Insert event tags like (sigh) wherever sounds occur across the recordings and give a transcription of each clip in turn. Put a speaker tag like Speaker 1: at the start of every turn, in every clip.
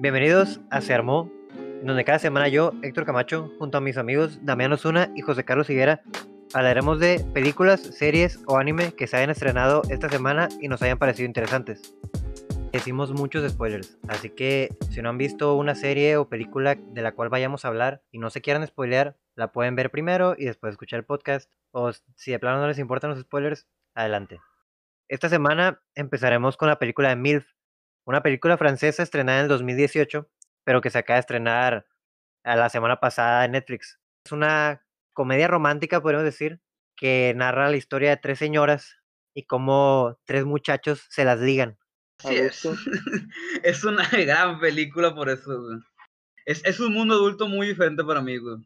Speaker 1: Bienvenidos a Se Armó, en donde cada semana yo, Héctor Camacho, junto a mis amigos Damián Osuna y José Carlos Higuera, hablaremos de películas, series o anime que se hayan estrenado esta semana y nos hayan parecido interesantes. Decimos muchos spoilers, así que si no han visto una serie o película de la cual vayamos a hablar y no se quieran spoilear, la pueden ver primero y después escuchar el podcast, o si de plano no les importan los spoilers, adelante. Esta semana empezaremos con la película de MILF, una película francesa estrenada en el 2018, pero que se acaba de estrenar a la semana pasada en Netflix. Es una comedia romántica, podemos decir, que narra la historia de tres señoras y cómo tres muchachos se las ligan.
Speaker 2: Sí, es, (laughs) es, una (laughs) gran película por eso. Es, es, un mundo adulto muy diferente para mí. Güey.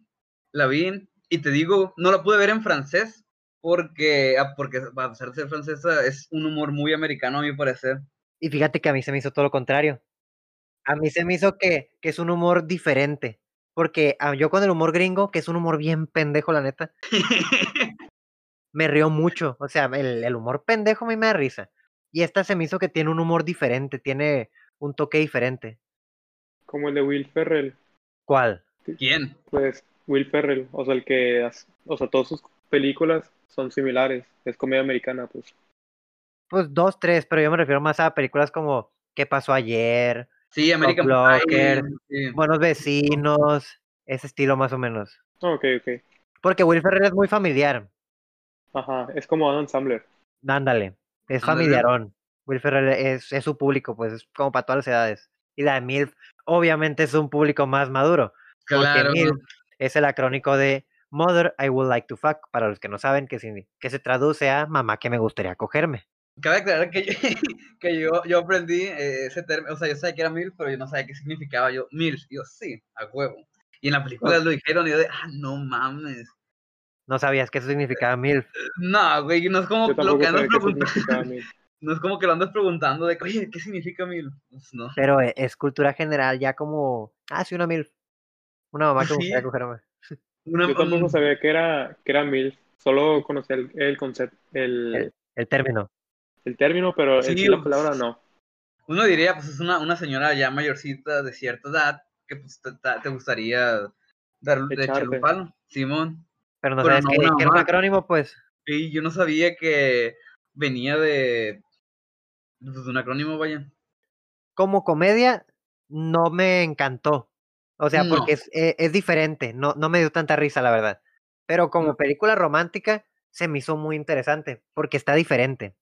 Speaker 2: La vi y te digo, no la pude ver en francés porque, ah, porque a pesar de ser francesa, es un humor muy americano a mi parecer.
Speaker 1: Y fíjate que a mí se me hizo todo lo contrario. A mí se me hizo que, que es un humor diferente. Porque a, yo con el humor gringo, que es un humor bien pendejo, la neta, me río mucho. O sea, el, el, humor pendejo a mí me da risa. Y esta se me hizo que tiene un humor diferente, tiene un toque diferente.
Speaker 3: Como el de Will Ferrell.
Speaker 1: ¿Cuál?
Speaker 2: ¿Quién?
Speaker 3: Pues Will Ferrell. O sea, el que. O sea, todas sus películas son similares. Es comedia americana, pues
Speaker 1: pues dos, tres, pero yo me refiero más a películas como ¿Qué pasó ayer?
Speaker 2: Sí, American
Speaker 1: Blocker, sí. Buenos Vecinos, ese estilo más o menos.
Speaker 3: Ah, Ok, ok.
Speaker 1: Porque Will Ferrell es muy familiar.
Speaker 3: Ajá, es como Adam Sandler.
Speaker 1: Ándale, es Andale. familiarón. Will Ferrell es, es, su público, pues es como para todas las edades. Y la de MILF, obviamente es un público más maduro. Claro. Porque MILF es el acrónico de Mother I Would Like to Fuck, para los que no saben, que, sin, que se traduce a Mamá que me gustaría cogerme.
Speaker 2: Cabe aclarar que yo, (laughs) que yo, yo aprendí eh, ese término, o sea, yo sabía que era mil, pero yo no sabía qué significaba yo mil. Yo sí, a huevo. Y en la película lo dijeron y yo de, ah, no mames.
Speaker 1: No sabías que eso significaba mil.
Speaker 2: No, güey, no es como lo que andas preguntando. (laughs) No es como que lo andas preguntando de, oye, ¿qué significa mil? Pues no.
Speaker 1: Pero e, es cultura general, ya como, ah, sí, una mil. Una mamá que gustaría cogerme.
Speaker 3: Una, yo
Speaker 2: pues,
Speaker 3: tampoco um... sabía que era, que era mil, solo conocía el, el concepto, el...
Speaker 1: el, el término
Speaker 3: el término, pero sí, el, la palabra no.
Speaker 2: Uno diría, pues es una, una señora ya mayorcita de cierta edad que pues, te, te, gustaría darle echarle un palo, Simón.
Speaker 1: Pero no pero sabes no, que, no, que era un acrónimo, pues.
Speaker 2: Sí, yo no sabía que venía de, pues, de un acrónimo, vaya.
Speaker 1: Como comedia, no me encantó. O sea, no. porque es, e, es, es, diferente, no, no me dio tanta risa, la verdad. Pero como película romántica, se me hizo muy interesante, porque está diferente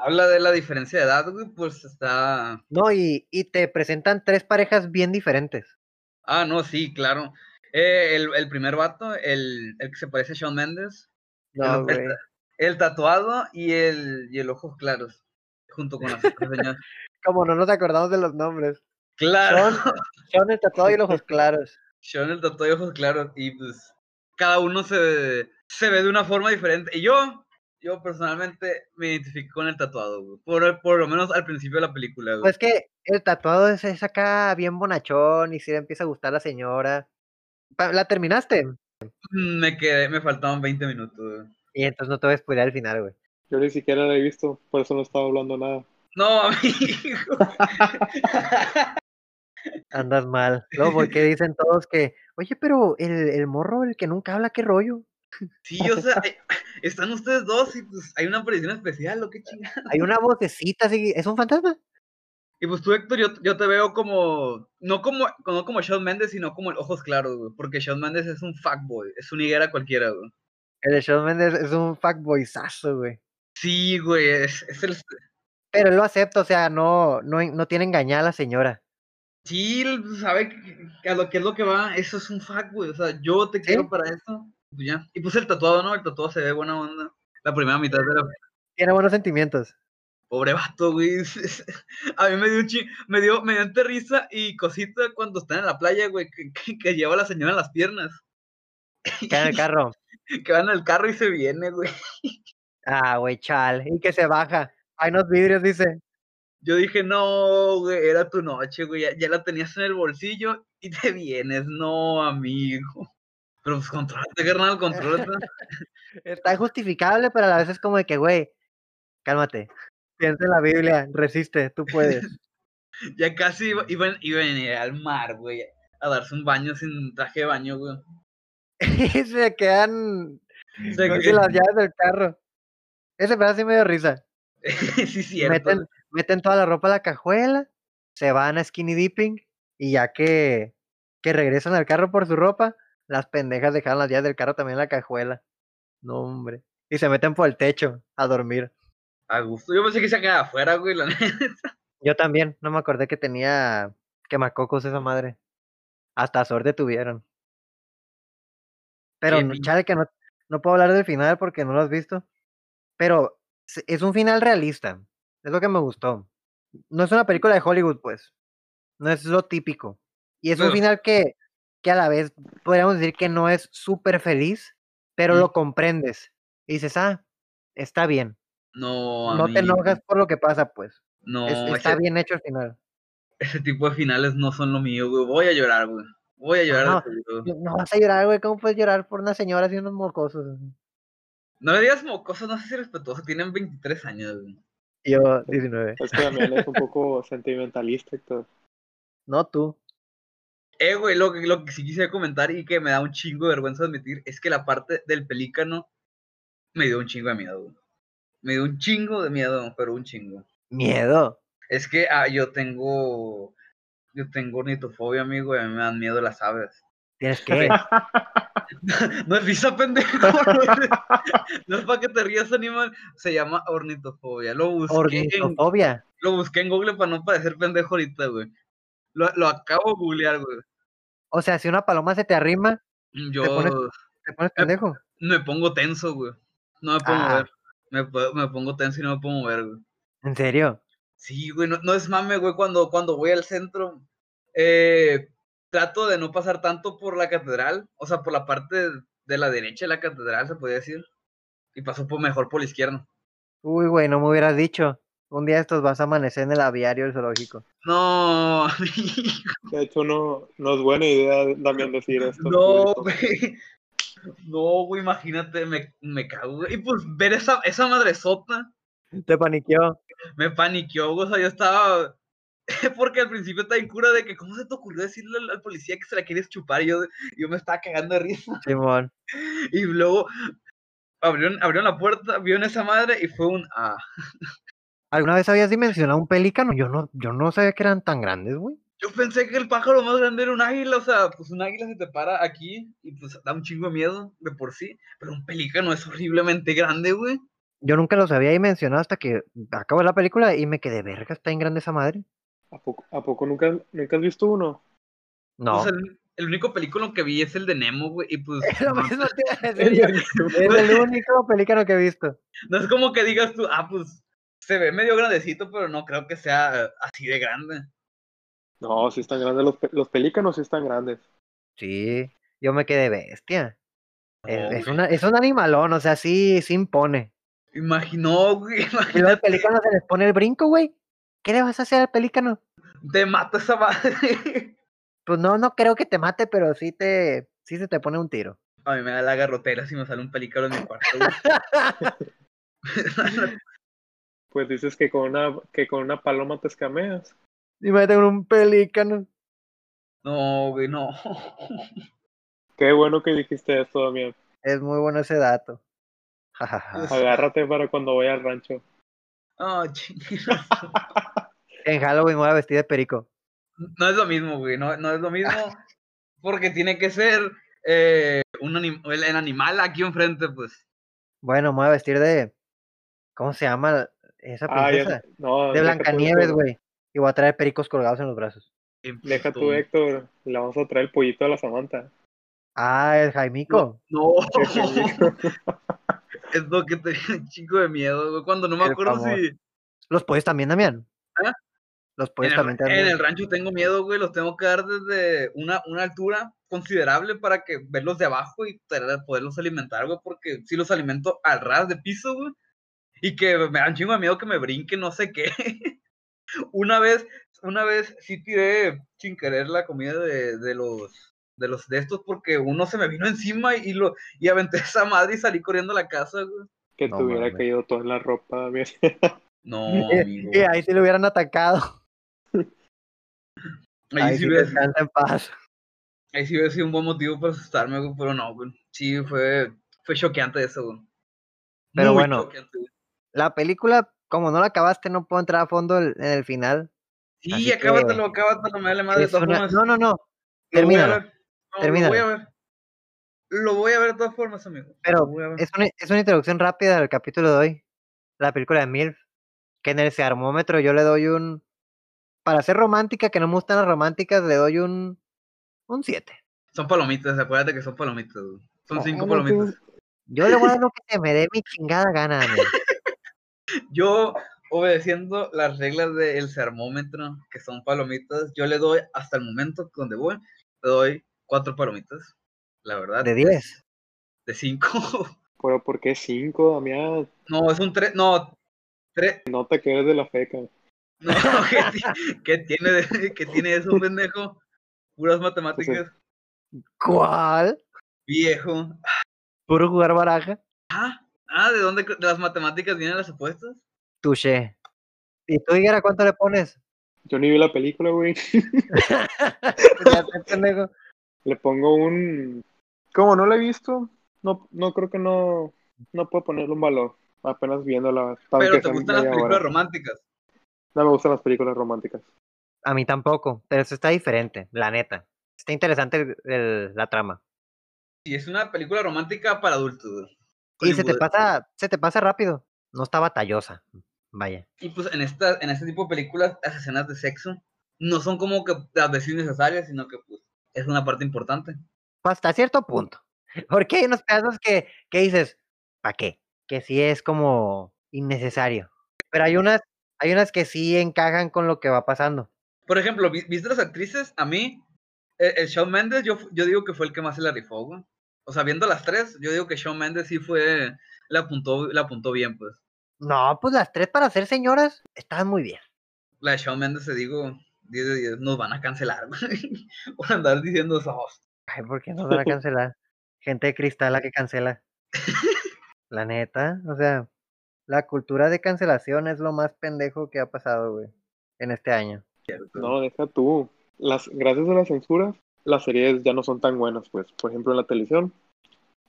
Speaker 2: habla de la diferencia de edad, güey, pues está.
Speaker 1: No, y, y, te presentan tres parejas bien diferentes.
Speaker 2: Ah, no, sí, claro. Eh, el, el, primer vato, el, el, que se parece a Shawn Mendes. No, el, el, el, tatuado y el, y el ojos claros. Junto con las otras señoras.
Speaker 1: Como no nos acordamos de los nombres.
Speaker 2: Claro.
Speaker 1: Shawn, Shawn el tatuado y los (laughs) ojos claros.
Speaker 2: (laughs) Shawn el tatuado y ojos claros. Y pues cada uno se, ve, se ve de una forma diferente. Y yo, yo personalmente me identifico con el tatuado, güey. Por, por, lo menos al principio de la película, güey.
Speaker 1: Pues que el tatuado es, es, acá bien bonachón y si le empieza a gustar a la señora. ¿La terminaste?
Speaker 2: (laughs) Me quedé, me faltaban 20 minutos, güey.
Speaker 1: Y entonces no te voy a spoiler al final, güey.
Speaker 3: Yo ni siquiera la he visto, por eso no estaba hablando nada.
Speaker 2: No, (laughs) amigo.
Speaker 1: Andas mal. No, porque dicen todos que, oye, pero el, el morro, el que nunca habla, qué rollo.
Speaker 2: Sí, o sea, eh, están ustedes dos y pues hay una aparición especial, lo que chingada.
Speaker 1: Hay una vocecita, así, es un fantasma.
Speaker 2: Y pues tú, Héctor, yo, yo te veo como, no como, no como Shawn Mendes, sino como el ojos claros, güey, porque Shawn Mendes es un fuckboy, es un higuera cualquiera, güey.
Speaker 1: El de Shawn Mendes es un fuckboyzazo, güey.
Speaker 2: Sí, güey, es, es el...
Speaker 1: Pero él lo acepta, o sea, no, no, no tiene engañada a la señora.
Speaker 2: Sí, sabe a lo que es lo que va, eso es un fuckboy, o sea, yo te ¿Sí? quiero para eso. pues Ya. Y puse el tatuado, ¿no? El tatuado se ve buena onda. La primera mitad de la.
Speaker 1: Tiene buenos sentimientos.
Speaker 2: Pobre vato, güey. (laughs) A mí me dio un chi... me dio, me dio risa y cosita cuando están en la playa, güey, que, que, que lleva a la señora en las piernas.
Speaker 1: Que en el carro.
Speaker 2: que va en el carro y se viene, güey.
Speaker 1: Ah, güey, chal. Y que se baja. Hay unos vidrios, dice.
Speaker 2: Yo dije, no, güey, era tu noche, güey. Ya, ya la tenías en el bolsillo y te vienes. No, amigo. Pero pues controlate, carnal,
Speaker 1: (laughs)
Speaker 2: controlate.
Speaker 1: Está justificable, pero a la vez
Speaker 2: (laughs)
Speaker 1: es como de que, güey, cálmate. Piensa en la Biblia, resiste, tú puedes. (laughs)
Speaker 2: Ya casi iba, iba, iba a venir al mar, güey. A darse un baño sin traje de baño, güey. (laughs)
Speaker 1: Y se quedan
Speaker 2: O sea,
Speaker 1: con
Speaker 2: que-
Speaker 1: las llaves del carro. Ese pedazo sí me dio risa.
Speaker 2: sí, cierto.
Speaker 1: Meten, meten toda la ropa a la cajuela, se van a skinny dipping y ya que, que regresan al carro por su ropa, las pendejas dejaron las llaves del carro también en la cajuela. No, hombre. Y se meten por el techo a dormir.
Speaker 2: A gusto. Yo pensé que se quedaba afuera, güey, la neta. (laughs)
Speaker 1: Yo también, no me acordé que tenía quemacocos esa madre. Hasta suerte tuvieron. Pero
Speaker 2: Qué
Speaker 1: no-
Speaker 2: pinche-
Speaker 1: chale que no, no puedo hablar del final porque no lo has visto. Pero se- es un final realista. Es lo que me gustó. No es una película de Hollywood, pues. No es lo típico. Y es un
Speaker 2: Bueno.
Speaker 1: final que, que a la vez podríamos decir que no es súper feliz, pero
Speaker 2: Mm.
Speaker 1: lo comprendes. Y dices, ah, está bien.
Speaker 2: No,
Speaker 1: No te
Speaker 2: amigo,
Speaker 1: enojas por lo que pasa, pues.
Speaker 2: No,
Speaker 1: Es-
Speaker 2: ese,
Speaker 1: está bien hecho el final.
Speaker 2: ese tipo de finales no son lo mío, güey. Voy a llorar, güey. Voy a llorar. de
Speaker 1: no,
Speaker 2: seguro.
Speaker 1: No no vas a llorar, güey. ¿Cómo puedes llorar por unas señoras y unos mocosos?
Speaker 2: No le digas mocosos, no sé si respetuoso. Tienen 23 años, güey.
Speaker 1: Yo, 19.
Speaker 3: Es que también es un poco sentimentalista, Héctor.
Speaker 1: No tú.
Speaker 2: Eh, güey, lo que, lo que sí quisiera comentar y que me da un chingo de vergüenza admitir es que la parte del pelícano me dio un chingo de miedo, güey. Me dio un chingo de miedo, pero un chingo.
Speaker 1: Miedo.
Speaker 2: Es que ah, yo tengo. Yo tengo ornitofobia, amigo, y a mí me dan miedo las aves. (laughs)
Speaker 1: Tienes que.
Speaker 2: No es risa, pendejo. (laughs) no es para que te rías, animal. Se llama ornitofobia. Lo busqué, en,
Speaker 1: Ornitofobia.
Speaker 2: lo busqué en Google para no parecer pendejo ahorita, güey. Lo, lo acabo de googlear, güey.
Speaker 1: O sea, si una paloma se te arrima,
Speaker 2: Yo.
Speaker 1: pones- te pones pendejo.
Speaker 2: me pongo tenso, güey. No me puedo
Speaker 1: Ah.
Speaker 2: mover. Me, po- me pongo tenso y no me puedo mover, güey.
Speaker 1: En serio.
Speaker 2: Sí, güey, no, no es mame, güey, cuando, cuando voy al centro, eh, trato de no pasar tanto por la catedral, o sea, por la parte de la derecha de la catedral, se podría decir, y paso por mejor por la izquierda.
Speaker 1: Uy, güey, no me hubieras dicho. Un día de estos vas a amanecer en el aviario del zoológico.
Speaker 2: No, (laughs)
Speaker 3: De hecho, no, no es buena idea también decir esto. pues. en
Speaker 2: no,
Speaker 3: público.
Speaker 2: güey. No, güey, imagínate, me, me cago, güey. Y pues ver esa, esa madresota,
Speaker 1: Te paniqueó.
Speaker 2: me paniqueó, güey, o sea, yo estaba... (laughs) Porque al principio estaba en cura de que, ¿cómo se te ocurrió decirle al, al policía que se la quieres chupar? Y yo, yo me estaba cagando de risa. (laughs)
Speaker 1: Simón.
Speaker 2: Y luego abrieron, abrieron la puerta, vieron esa madre y fue un... Ah,
Speaker 1: ¿Alguna vez habías dimensionado un pelícano? Yo no, yo no sabía que eran tan grandes, güey.
Speaker 2: yo pensé que el pájaro más grande era un águila, o sea, pues un águila se te para aquí y pues da un chingo de miedo de por sí, pero un pelícano es horriblemente grande, güey.
Speaker 1: Yo nunca los había dimensionado hasta que acabó la película y me quedé verga, está en grande esa madre.
Speaker 3: ¿A poco, a poco nunca, nunca has
Speaker 1: (laughs)
Speaker 3: visto uno?
Speaker 1: No.
Speaker 2: O sea, el, el único pelícano que vi es el de Nemo, güey, y
Speaker 1: (laughs)
Speaker 2: pues... (laughs)
Speaker 1: Es lo
Speaker 2: no-
Speaker 1: mismo te iba a decir yo. (laughs) Es el único pelícano que he visto.
Speaker 2: No es como que digas tú, ah, pues se ve medio grandecito, pero no creo que sea eh, así de grande.
Speaker 3: (laughs) No, sí están grandes. Los, pe- los pelícanos sí están grandes.
Speaker 1: Sí, yo me quedé bestia.
Speaker 2: No,
Speaker 1: Es, Eh, es
Speaker 2: güey.
Speaker 1: una- es un animalón, o sea, sí, sí impone.
Speaker 2: Imaginó,
Speaker 1: Y
Speaker 2: güey,
Speaker 1: luego el
Speaker 2: imagínate,
Speaker 1: pelícano se les pone el brinco, güey. ¿Qué le vas a hacer al pelícano?
Speaker 2: te mata esa madre. (laughs)
Speaker 1: Pues no, no creo que te mate, pero sí te, sí se te pone un tiro.
Speaker 2: A mí me da la garrotera si me sale un pelícano en mi cuarto. güey. (laughs)
Speaker 3: Pues dices que con una, que con una paloma te escameas.
Speaker 1: Y me con un pelícano.
Speaker 2: No, güey, no.
Speaker 3: Qué bueno que dijiste
Speaker 1: (laughs)
Speaker 3: esto, Damián.
Speaker 1: Es muy bueno ese dato. Ja, ja, ja.
Speaker 3: Agárrate para cuando vaya al rancho.
Speaker 2: Ah, chinga.
Speaker 1: en Halloween voy a vestir de perico.
Speaker 2: no es lo mismo, güey, no, no es lo mismo. Porque tiene que ser eh, un anim- el, el animal aquí enfrente, pues.
Speaker 1: Bueno, me voy a vestir de. ¿Cómo se llama esa
Speaker 3: Ah, ya-
Speaker 1: princesa?
Speaker 3: no,
Speaker 1: de
Speaker 3: deja tú,
Speaker 1: Blancanieves,
Speaker 3: Héctor.
Speaker 1: güey. Y voy a traer pericos colgados en los brazos.
Speaker 2: En
Speaker 3: Deja tú,
Speaker 2: puto.
Speaker 3: Héctor. Le vamos a traer el pollito a la
Speaker 1: (laughs)
Speaker 3: Samantha.
Speaker 1: Ah, el Jaimico.
Speaker 2: No.
Speaker 3: Qué
Speaker 2: Es lo que (laughs) tenía un chingo de miedo, güey. Cuando no me
Speaker 1: El
Speaker 2: acuerdo
Speaker 1: famoso.
Speaker 2: si
Speaker 1: Los pollos también, Damián.
Speaker 2: ¿Ah?
Speaker 1: Los pollos
Speaker 2: en, el,
Speaker 1: también te dan
Speaker 2: en
Speaker 1: miedo.
Speaker 2: el rancho tengo miedo, güey. Los tengo que dar desde una, una altura considerable para que verlos de abajo y tra- poderlos alimentar, güey. Porque si los alimento al ras de piso, güey. Y que me dan chingo de miedo que me brinque, no sé qué. (laughs) una vez, una vez sí tiré sin querer la comida de, de los de los de estos porque uno se me vino encima y lo y aventé (laughs) esa madre y salí corriendo a la casa, güey.
Speaker 3: Que
Speaker 1: No
Speaker 3: te hubiera
Speaker 1: mames.
Speaker 3: caído
Speaker 1: (laughs)
Speaker 3: todo en la ropa, Damián.
Speaker 2: No,
Speaker 1: (laughs) Eh,
Speaker 2: amigo.
Speaker 1: Y ahí sí lo hubieran atacado.
Speaker 2: (laughs) Ahí
Speaker 1: Ahí
Speaker 2: sí
Speaker 1: sí
Speaker 2: ves-
Speaker 1: descansa en paz.
Speaker 2: Ahí sí hubiera sido un buen motivo para asustarme, güey, pero no, güey. Sí, fue, fue choqueante eso, güey.
Speaker 1: Pero
Speaker 2: Muy
Speaker 1: bueno.
Speaker 2: choqueante, güey.
Speaker 1: La película, como no la acabaste, no puedo entrar a fondo el- en el final. Así
Speaker 2: Sí,
Speaker 1: que-
Speaker 2: acábatelo, acábatelo, me vale madre. Ah, de
Speaker 1: Es
Speaker 2: todas
Speaker 1: una-
Speaker 2: formas,
Speaker 1: No, no, no.
Speaker 2: lo voy a
Speaker 1: termínala,
Speaker 2: ver. No,
Speaker 1: termínala.
Speaker 2: Lo voy a ver. Lo voy a ver de todas formas, amigo.
Speaker 1: Pero
Speaker 2: Lo voy a ver.
Speaker 1: Es una, es una introducción rápida al capítulo de hoy. La película de Milf. Que en el armómetro yo le doy un. Para ser romántica, que no me gustan las románticas, le doy un. Un 7.
Speaker 2: Son palomitas, acuérdate que son palomitas, güey. Son cinco
Speaker 3: Bueno, tú-
Speaker 2: palomitas.
Speaker 1: Yo le voy a dar lo que se me dé mi chingada gana. amigo.
Speaker 2: Yo, obedeciendo las reglas del termómetro, que son palomitas, yo le doy hasta el momento donde voy, le doy cuatro palomitas. La verdad,
Speaker 1: De
Speaker 2: (laughs)
Speaker 1: 10.
Speaker 2: de cinco. (laughs)
Speaker 3: Pero ¿por qué cinco, Damián?
Speaker 2: No, es un 3, no, 3,
Speaker 3: Nota que eres de la feca.
Speaker 2: (laughs) no, ¿qué, ti- qué tiene, de- qué tiene eso, pendejo? Puras matemáticas,
Speaker 1: ¿Cuál?
Speaker 2: viejo.
Speaker 1: Puro jugar baraja.
Speaker 2: Ah, ah, ¿de dónde cre- de las matemáticas vienen las apuestas?
Speaker 1: Touché. ¿Y tú, Higuera, cuánto le pones?
Speaker 3: Yo ni vi la película, güey.
Speaker 1: Pues, Ya sé, pendejo.
Speaker 3: Le pongo un... Como no la he visto, no, no creo que no, no puedo ponerle un valor. Apenas viéndola. tal
Speaker 2: Pero
Speaker 3: que
Speaker 2: te
Speaker 3: sea
Speaker 2: gustan las
Speaker 3: media
Speaker 2: películas
Speaker 3: hora.
Speaker 2: románticas.
Speaker 3: No me gustan las películas románticas.
Speaker 1: A mí tampoco. Pero eso está diferente, la neta. Está interesante el- el- la trama.
Speaker 2: Y es una película romántica para adultos. güey.
Speaker 1: Y se te
Speaker 2: Hollywood.
Speaker 1: pasa, se te pasa rápido. No está batallosa. Vaya.
Speaker 2: Y pues en, esta, en este tipo de películas, las escenas de sexo no son como que las veces necesarias, sino que pues es una parte importante.
Speaker 1: Pues, hasta cierto punto. (laughs) Porque hay unos pedazos que, que dices, ¿para qué? Que sí es como innecesario. Pero hay unas, hay unas que sí encajan con lo que va pasando.
Speaker 2: Por ejemplo, vi- ¿viste las actrices? A mí, eh, el Shawn Mendes, yo, fu- yo digo que fue el que más se la rifó, güey. O sea, viendo las tres, yo digo que Shawn Mendes sí fue, la apuntó, la apuntó bien, pues.
Speaker 1: No, pues las tres para ser señoras están muy bien.
Speaker 2: La de Shawn Mendes, te digo, 10 de 10, nos van a cancelar, (laughs) güey. Por andar diciendo eso.
Speaker 1: Ay, ¿por qué
Speaker 2: (laughs)
Speaker 1: nos van a cancelar? Gente de cristal la que cancela. La neta, o sea, la cultura de cancelación es lo más pendejo que ha pasado, güey, en este año.
Speaker 3: No, deja tú. Las, gracias a las censuras, las series ya no son tan buenas, pues. Por ejemplo, en la televisión,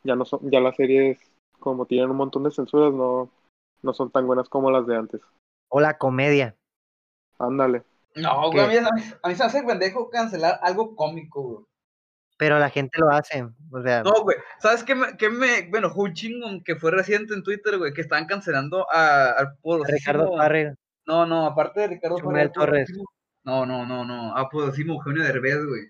Speaker 3: ya no son, ya las series, como tienen un montón de censuras, no, no son tan buenas como las de antes.
Speaker 1: O la comedia.
Speaker 3: Ándale.
Speaker 2: No, güey, a
Speaker 1: ¿Qué?
Speaker 2: mí, a mí- a mí se me hace pendejo cancelar algo cómico, güey.
Speaker 1: Pero la gente lo hace. O sea,
Speaker 2: No, güey. ¿Sabes qué me, qué me me enojó un chingo que fue reciente en Twitter, güey? Que estaban cancelando a, al
Speaker 1: Ricardo
Speaker 2: poderosísimo-
Speaker 1: Farrell.
Speaker 2: pues No, no, aparte de Ricardo
Speaker 1: Chumel
Speaker 2: Farrell, por
Speaker 1: Torres.
Speaker 2: decir- No, no, no, no. Ah, pues decimos Eugenio Derbez, güey.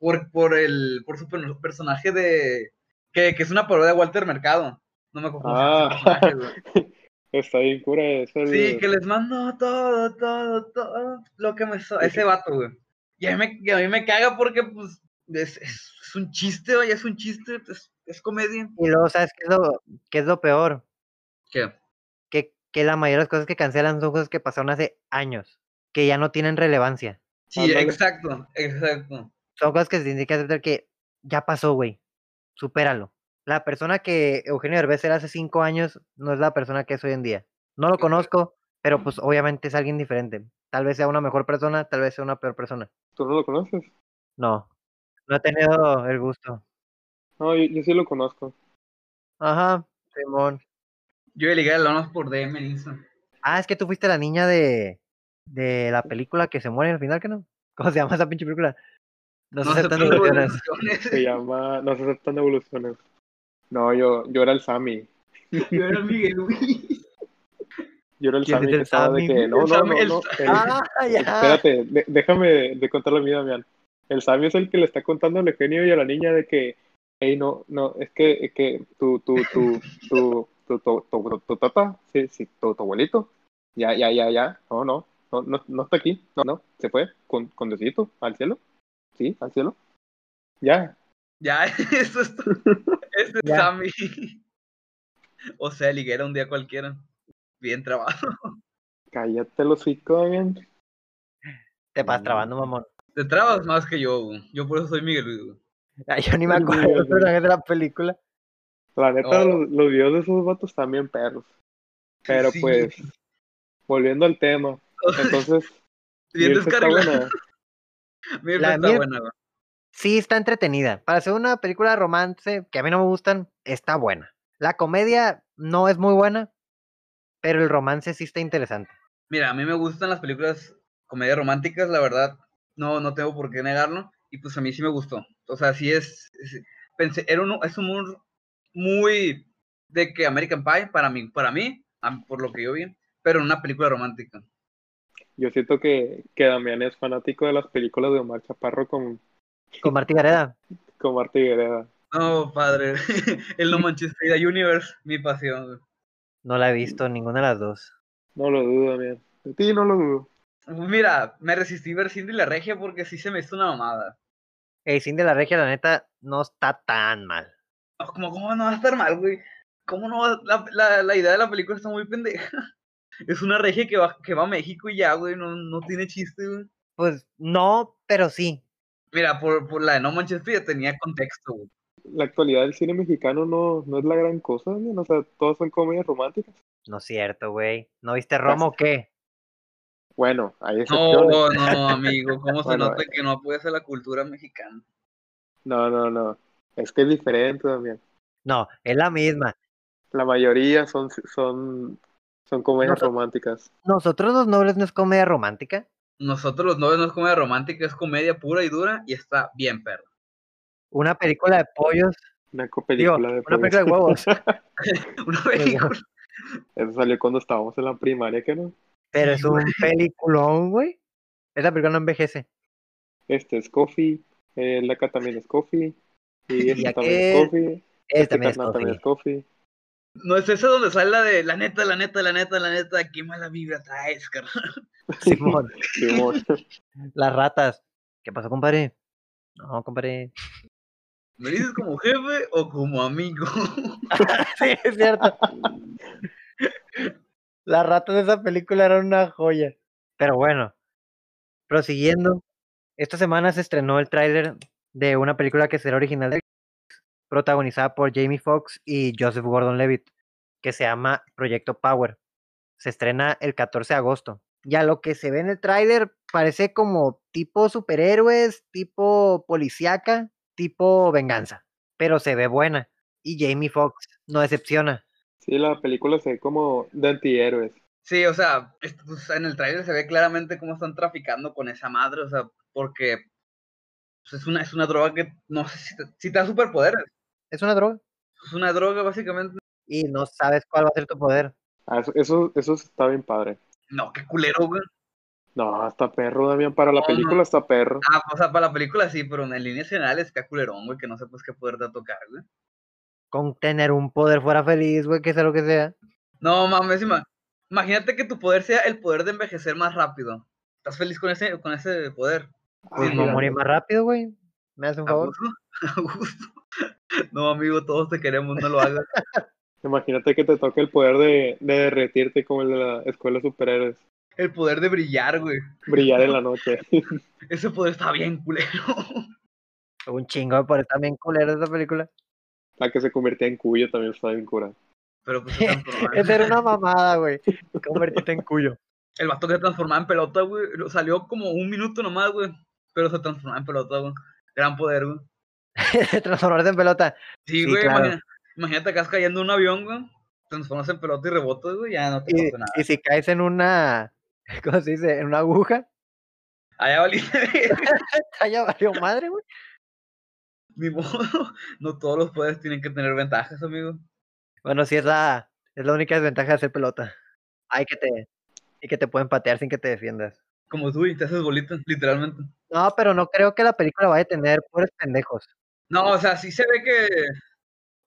Speaker 2: Por, por el, por su per- personaje de. Que, que es una parodia de Walter Mercado. No me acuerdo. cómo se llama ese
Speaker 3: Ah.
Speaker 1: (laughs)
Speaker 2: personaje, güey.
Speaker 3: Está bien cura eso.
Speaker 2: Sí, que les mando todo, todo, todo lo que me. so- Ese vato, güey. Y a mí me, y a mí me caga porque, pues, es, es- es un chiste, güey, es un chiste, es, es comedia.
Speaker 1: Y luego, ¿sabes qué es lo, qué es lo peor?
Speaker 2: ¿Qué?
Speaker 1: Que, que la mayoría de las cosas que cancelan son cosas que pasaron hace años, que ya no tienen relevancia.
Speaker 2: Sí,
Speaker 3: Ándale.
Speaker 2: exacto, exacto.
Speaker 1: Son cosas que se tienen que aceptar que ya pasó, güey. Supéralo. La persona que Eugenio Derbez era hace cinco años no es la persona que es hoy en día. No lo conozco, pero pues obviamente es alguien diferente. Tal vez sea una mejor persona, tal vez sea una peor persona.
Speaker 3: ¿Tú no lo conoces?
Speaker 1: No, no he tenido el gusto.
Speaker 3: No, yo, yo sí lo conozco.
Speaker 1: Ajá, Simón.
Speaker 2: Yo voy a ligar el honor por DM en Instagram.
Speaker 1: Ah, es que tú fuiste la niña de, de la película que se muere al final, ¿que no? (laughs) ¿Cómo se llama esa pinche película? No se aceptan
Speaker 2: aceptan
Speaker 1: devoluciones. (laughs)
Speaker 2: devoluciones.
Speaker 3: Se llama No se aceptan evoluciones. No, yo, yo era el Sammy.
Speaker 2: (laughs) Yo era Miguel Luis.
Speaker 3: Yo era el
Speaker 1: ¿Quién
Speaker 3: Sammy
Speaker 1: es
Speaker 3: que
Speaker 1: el
Speaker 3: estaba de
Speaker 1: Sammy?
Speaker 3: que no,
Speaker 2: El
Speaker 3: no, no,
Speaker 2: Sammy, el
Speaker 3: no.
Speaker 2: Sa-
Speaker 3: el-
Speaker 1: Ah, ya.
Speaker 3: Espérate, de- déjame de, de contar la mía, Damián. El sabio es el que le está contando al genio y a la niña de que, hey, no, no, es que, es que tu, tu, tu, tu, tu, tu, tu, tu- tu tata, sí, sí, tu, tu abuelito, ya, ya, ya, ya, no, no, no, no, no está aquí, no, no, se fue, con, con Diosito, al cielo, sí, al cielo, ya,
Speaker 2: Ya, (laughs) eso es todo. Este es
Speaker 1: Ya.
Speaker 2: Sammy. (laughs) O sea, liguera un día cualquiera. Bien trabajo.
Speaker 3: cállate los hocico, Damián.
Speaker 1: Te vas trabando, mamón. (laughs)
Speaker 2: Te trabas más que yo, güey. Yo por eso soy Miguel Luis, güey.
Speaker 1: Ay, yo ni me
Speaker 3: Ay,
Speaker 1: acuerdo
Speaker 3: Dios
Speaker 1: de los
Speaker 3: mío.
Speaker 1: personajes de la película.
Speaker 3: La neta,
Speaker 2: No.
Speaker 3: los, los videos de esos vatos también perros. Pero
Speaker 2: Sí. (laughs)
Speaker 3: pues, volviendo al tema, entonces,
Speaker 2: Bien
Speaker 3: Milf está
Speaker 2: descarrilado.
Speaker 3: buena.
Speaker 2: Mirta
Speaker 1: La
Speaker 2: está
Speaker 1: Mir-
Speaker 2: buena, güey.
Speaker 1: Sí, está entretenida. Para ser una película de romance que a mí no me gustan, está buena. La comedia no es muy buena, pero el romance sí está interesante.
Speaker 2: Mira, a mí me gustan las películas comedias románticas, la verdad. No, no tengo por qué negarlo. Y pues a mí sí me gustó. O sea, sí es. es- pensé, era un, es un humor muy de que American Pie, para mí, para mí, a- por lo que yo vi, pero en una película romántica.
Speaker 3: Yo siento que, que Damián es fanático de las películas de Omar Chaparro con,
Speaker 1: Con Martí Gareda.
Speaker 3: con Marta Higuereda.
Speaker 2: No, padre. (laughs) El No Manches Frida Universe, mi pasión. güey.
Speaker 1: No la he visto ninguna de las dos.
Speaker 3: No lo dudo, Damián. De ti no lo dudo.
Speaker 2: Mira, me resistí ver Cindy la Regia porque sí se me hizo una mamada.
Speaker 1: El Cindy la Regia, la neta, no está tan mal.
Speaker 2: No, Como, ¿cómo no va a estar mal, güey? ¿Cómo no va- La, la- la idea de la película está muy pendeja. (laughs) Es una regia que va, que va a México y ya, güey, no, no tiene chiste, güey.
Speaker 1: Pues no, pero sí.
Speaker 2: Mira, por, por la de No Manches Frida tenía contexto, güey.
Speaker 3: La actualidad del cine mexicano no, no es la gran cosa, Damián. O sea, todas son comedias románticas.
Speaker 1: No es cierto, güey. ¿No viste Romo o qué?
Speaker 3: Bueno, hay excepciones.
Speaker 2: No, no, amigo, ¿cómo
Speaker 3: (laughs)
Speaker 2: se
Speaker 3: Bueno, eh.
Speaker 2: nota que no apoyas a la cultura mexicana?
Speaker 3: No, no, no. Es que es diferente, Damián.
Speaker 1: No, es la misma.
Speaker 3: La mayoría son, son, son comedias
Speaker 1: No, no.
Speaker 3: románticas.
Speaker 1: Nosotros los nobles no es comedia romántica.
Speaker 2: Nosotros los novios no es comedia romántica, es comedia pura y dura y está bien, perro. (laughs)
Speaker 1: Una película de pollos.
Speaker 3: Una
Speaker 1: Digo,
Speaker 3: película de pues,
Speaker 1: una película de huevos.
Speaker 2: Una película.
Speaker 3: Eso salió cuando estábamos en la primaria, ¿qué no?
Speaker 1: Pero es un peliculón, güey. Esa película no envejece.
Speaker 3: Este es Coffee, eh, la acá también es Coffee,
Speaker 1: (laughs)
Speaker 3: y este también
Speaker 1: aquel,
Speaker 3: es Coffee,
Speaker 1: Esa
Speaker 3: este
Speaker 1: también es
Speaker 3: carnal
Speaker 1: comedia.
Speaker 3: también es Coffee.
Speaker 2: No es esa donde sale la de la neta, la neta, la neta, la neta, qué mala vibra traes, carnal. (laughs)
Speaker 1: Simón, (laughs)
Speaker 3: Simón.
Speaker 1: las ratas. ¿Qué pasó, compadre? No, compadre.
Speaker 2: ¿Me dices como jefe o como amigo? (laughs)
Speaker 1: (laughs) Sí, es cierto. Las ratas de esa película eran una joya. Pero bueno, prosiguiendo. Esta semana se estrenó el tráiler de una película que será original de protagonizada por Jamie Foxx y Joseph Gordon-Levitt, que se llama Proyecto Power. Se estrena el 14 de agosto. Ya lo que se ve en el tráiler parece como tipo superhéroes, tipo policíaca, tipo venganza, pero se ve buena. Y Jamie Foxx no decepciona.
Speaker 3: Sí, la película se ve como de antihéroes.
Speaker 2: Sí, o sea, es- pues, en el tráiler se ve claramente cómo están traficando con esa madre, o sea, porque pues, es, una, es una droga que no sé si te, si te da superpoderes.
Speaker 1: Es una droga
Speaker 2: Es una droga, básicamente.
Speaker 1: y no sabes cuál va a ser tu poder.
Speaker 3: Ah, eso, eso, eso está bien padre.
Speaker 2: No, qué culero, güey.
Speaker 3: No, está perro, Damián, para la
Speaker 2: No, no.
Speaker 3: película está perro.
Speaker 2: Ah, o sea, para la película sí, pero en líneas generales, qué culerón, güey, que no sé pues qué poder te va a tocar, güey.
Speaker 1: Con tener un poder fuera feliz, güey, que sea lo que sea.
Speaker 2: No, mames, ima- imagínate que tu poder sea el poder de envejecer más rápido. ¿Estás feliz con ese, con ese poder?
Speaker 1: Pues
Speaker 2: Sí,
Speaker 1: no
Speaker 2: la
Speaker 1: morir más rápido, güey. ¿Me haces un
Speaker 2: ¿A
Speaker 1: favor?
Speaker 2: gusto? ¿A gusto? (laughs) No, amigo, todos te queremos, no lo hagas.
Speaker 3: Imagínate que te toque el poder de, de derretirte como el de la escuela de superhéroes.
Speaker 2: El poder de brillar, güey.
Speaker 3: Brillar en la
Speaker 1: (laughs)
Speaker 3: noche.
Speaker 2: Ese poder está bien culero. (laughs)
Speaker 1: Un chingo de poder también culero esa
Speaker 2: (laughs)
Speaker 1: película.
Speaker 3: La que se convertía en cuyo también está bien cura.
Speaker 2: Pero pues se transformaba.
Speaker 1: (laughs) Esa era una mamada,
Speaker 2: (laughs)
Speaker 1: güey. Convertirte en cuyo. (laughs)
Speaker 2: El vato que se transformaba en pelota, güey. lo- Salió como un minuto nomás, güey. Pero se transformaba en pelota, güey. Gran poder, güey.
Speaker 1: Transformarte en pelota.
Speaker 2: Sí,
Speaker 1: Sí,
Speaker 2: güey.
Speaker 1: claro.
Speaker 2: imagina- Imagínate que vas cayendo en un avión, güey. Transformas en pelota y rebotas, güey. Ya no te
Speaker 1: Y,
Speaker 2: pasa nada.
Speaker 1: y si caes en una. (laughs) ¿Cómo se dice? En una aguja. (laughs)
Speaker 2: Allá valiste. (laughs)
Speaker 1: Ya valió madre, güey.
Speaker 2: Ni modo. (laughs) No todos los poderes tienen que tener ventajas, amigo.
Speaker 1: Bueno, sí, es la, es la única desventaja de hacer pelota. Hay que te. Y que te pueden patear sin que te defiendas.
Speaker 2: Como tú, y te haces bolitas, literalmente.
Speaker 1: No, pero no creo que la película vaya a tener pobres pendejos.
Speaker 2: No, o sea, sí se ve que,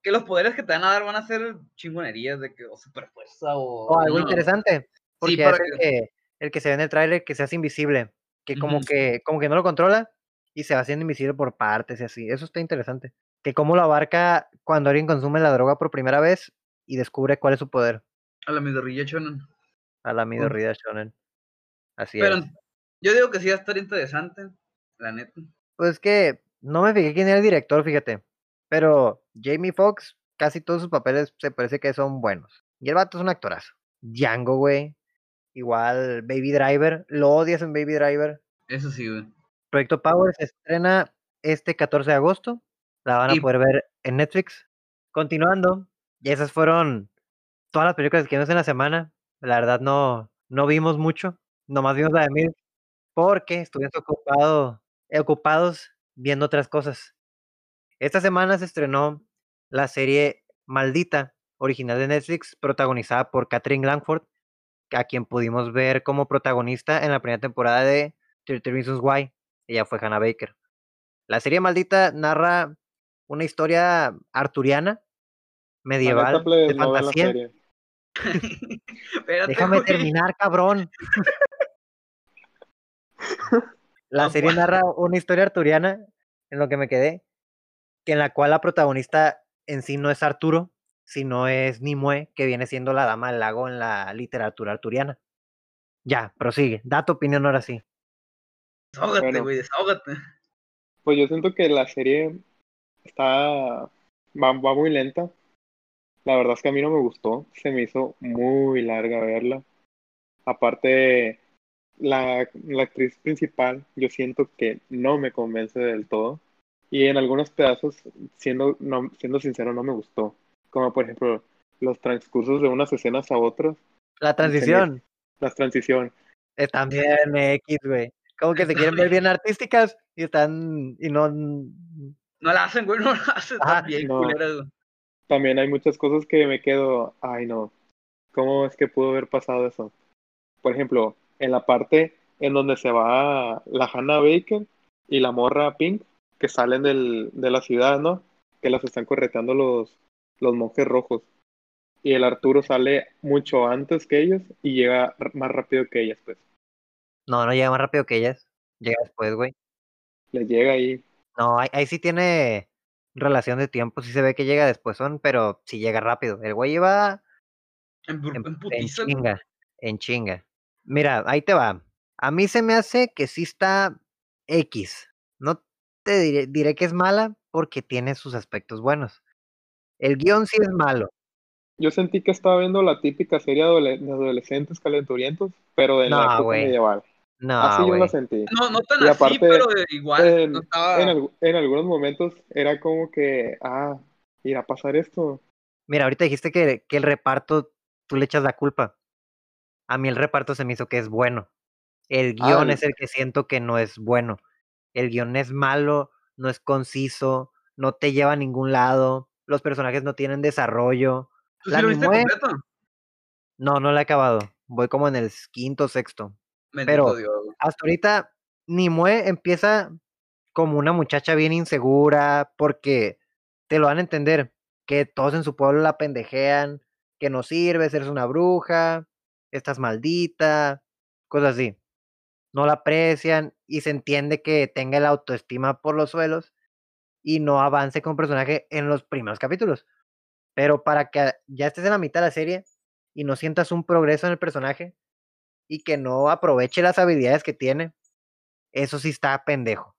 Speaker 2: que los poderes que te van a dar van a ser chingonerías de que o super fuerza o,
Speaker 1: O Oh, algo
Speaker 2: no.
Speaker 1: interesante. Porque
Speaker 2: para
Speaker 1: es el que, el que se ve en el tráiler que se hace invisible. Que como
Speaker 2: Ujú.
Speaker 1: que, como que no lo controla y se va haciendo invisible por partes y así. Eso está interesante. Que cómo lo abarca cuando alguien consume la droga por primera vez y descubre cuál es su poder.
Speaker 2: A la midorrilla chonan.
Speaker 1: A la Midorrida Shonen. Así
Speaker 2: Pero
Speaker 1: es.
Speaker 2: yo digo que sí va a estar interesante, la neta.
Speaker 1: Pues que no me fijé quién era el director, fíjate. Pero Jamie Foxx, casi todos sus papeles se parece que son buenos. Y el vato es un actorazo. Django, güey. Igual Baby Driver. Lo odias en Baby Driver.
Speaker 2: Eso sí, güey.
Speaker 1: Proyecto Power se estrena este 14 de agosto. La van a
Speaker 2: Y-
Speaker 1: poder ver en Netflix. Continuando, y esas fueron todas las películas que vimos en la semana. La verdad no, no vimos mucho. Nomás vimos la de Milk porque estuvimos ocupado, eh, ocupados viendo otras cosas. Esta semana se estrenó la serie Maldita, original de Netflix, protagonizada por Catherine Langford, a quien pudimos ver como protagonista en la primera temporada de 30 Reasons Why. Ella fue Hannah Baker. La serie Maldita narra una historia arturiana, medieval, de
Speaker 3: pues, no vean la
Speaker 1: fantasía.
Speaker 3: serie.
Speaker 2: Espérate,
Speaker 1: Déjame
Speaker 2: güey.
Speaker 1: terminar, cabrón. la
Speaker 2: Ah,
Speaker 1: serie
Speaker 2: pues.
Speaker 1: narra una historia arturiana, en lo que me quedé, que en la cual la protagonista en sí no es Arturo, sino es Nimue, que viene siendo la dama del lago en la literatura arturiana. Ya, prosigue. Da tu opinión ahora sí.
Speaker 2: Desahógate,
Speaker 3: Bueno.
Speaker 2: güey, desahógate.
Speaker 3: Pues yo siento que la serie está va, va muy lenta. La verdad es que a mí no me gustó, se me hizo muy larga verla. Aparte, la, la actriz principal yo siento que no me convence del todo. Y en algunos pedazos, siendo, no- siendo sincero, no me gustó. Como por ejemplo, los transcursos de unas escenas a otras,
Speaker 1: La transición.
Speaker 3: las transiciones.
Speaker 1: Están bien X, güey. Como que se quieren ver bien artísticas y están. y no.
Speaker 2: No la hacen, güey, (laughs) no la hacen.
Speaker 1: Ah,
Speaker 2: Está bien,
Speaker 3: no.
Speaker 2: culera, güey.
Speaker 3: También hay muchas cosas que me quedo, ay no, ¿cómo es que pudo haber pasado eso? Por ejemplo, en la parte en donde se va la Hannah Baker y la morra Pink, que salen del, de la ciudad, ¿no? Que las están correteando los, los monjes rojos. Y el Arturo sale mucho antes que ellos y llega r- más rápido que ellas, pues.
Speaker 1: No, no llega más rápido que ellas. Llega después, güey.
Speaker 3: Les llega ahí.
Speaker 1: No, ahí, ahí sí tiene relación de tiempo, sí se ve que llega después, son, pero sí llega rápido. El güey iba
Speaker 2: En, bur-
Speaker 1: en,
Speaker 2: (laughs) en
Speaker 1: en
Speaker 2: putiza, güey.
Speaker 1: chinga, en chinga. Mira, ahí te va. A mí se me hace que sí está X. No te diré, diré que es mala porque tiene sus aspectos buenos. El guión sí es malo.
Speaker 3: Yo sentí que estaba viendo la típica serie adole- de adolescentes calenturientos, pero de
Speaker 1: No,
Speaker 3: la época
Speaker 1: güey.
Speaker 3: medieval. Así
Speaker 1: No,
Speaker 3: yo
Speaker 1: güey.
Speaker 3: la sentí.
Speaker 2: No, no tan
Speaker 3: Y
Speaker 2: así,
Speaker 3: aparte,
Speaker 2: pero eh, igual.
Speaker 3: en-
Speaker 2: no estaba...
Speaker 3: En, algu- en algunos momentos era como que, ah, irá a pasar esto.
Speaker 1: Mira, ahorita dijiste que, que el reparto tú le echas la culpa. A mí el reparto se me hizo que es bueno. El
Speaker 3: Ah,
Speaker 1: guión
Speaker 3: el-
Speaker 1: es el que siento que no es bueno. El guión es malo, no es conciso, no te lleva a ningún lado. Los personajes no tienen desarrollo.
Speaker 2: ¿Tú
Speaker 1: la
Speaker 2: sí lo viste
Speaker 1: Nimue-
Speaker 2: completo?
Speaker 1: No, no la he acabado. Voy como en el s- quinto, sexto.
Speaker 2: Bendito
Speaker 1: pero-
Speaker 2: Dios, güey.
Speaker 1: Hasta ahorita Nimue empieza como una muchacha bien insegura porque te lo van a entender, que todos en su pueblo la pendejean, que no sirves, eres una bruja, estás maldita, cosas así. No la aprecian y se entiende que tenga la autoestima por los suelos y no avance como personaje en los primeros capítulos. Pero para que ya estés en la mitad de la serie y no sientas un progreso en el personaje y que no aproveche las habilidades que tiene, eso sí está pendejo.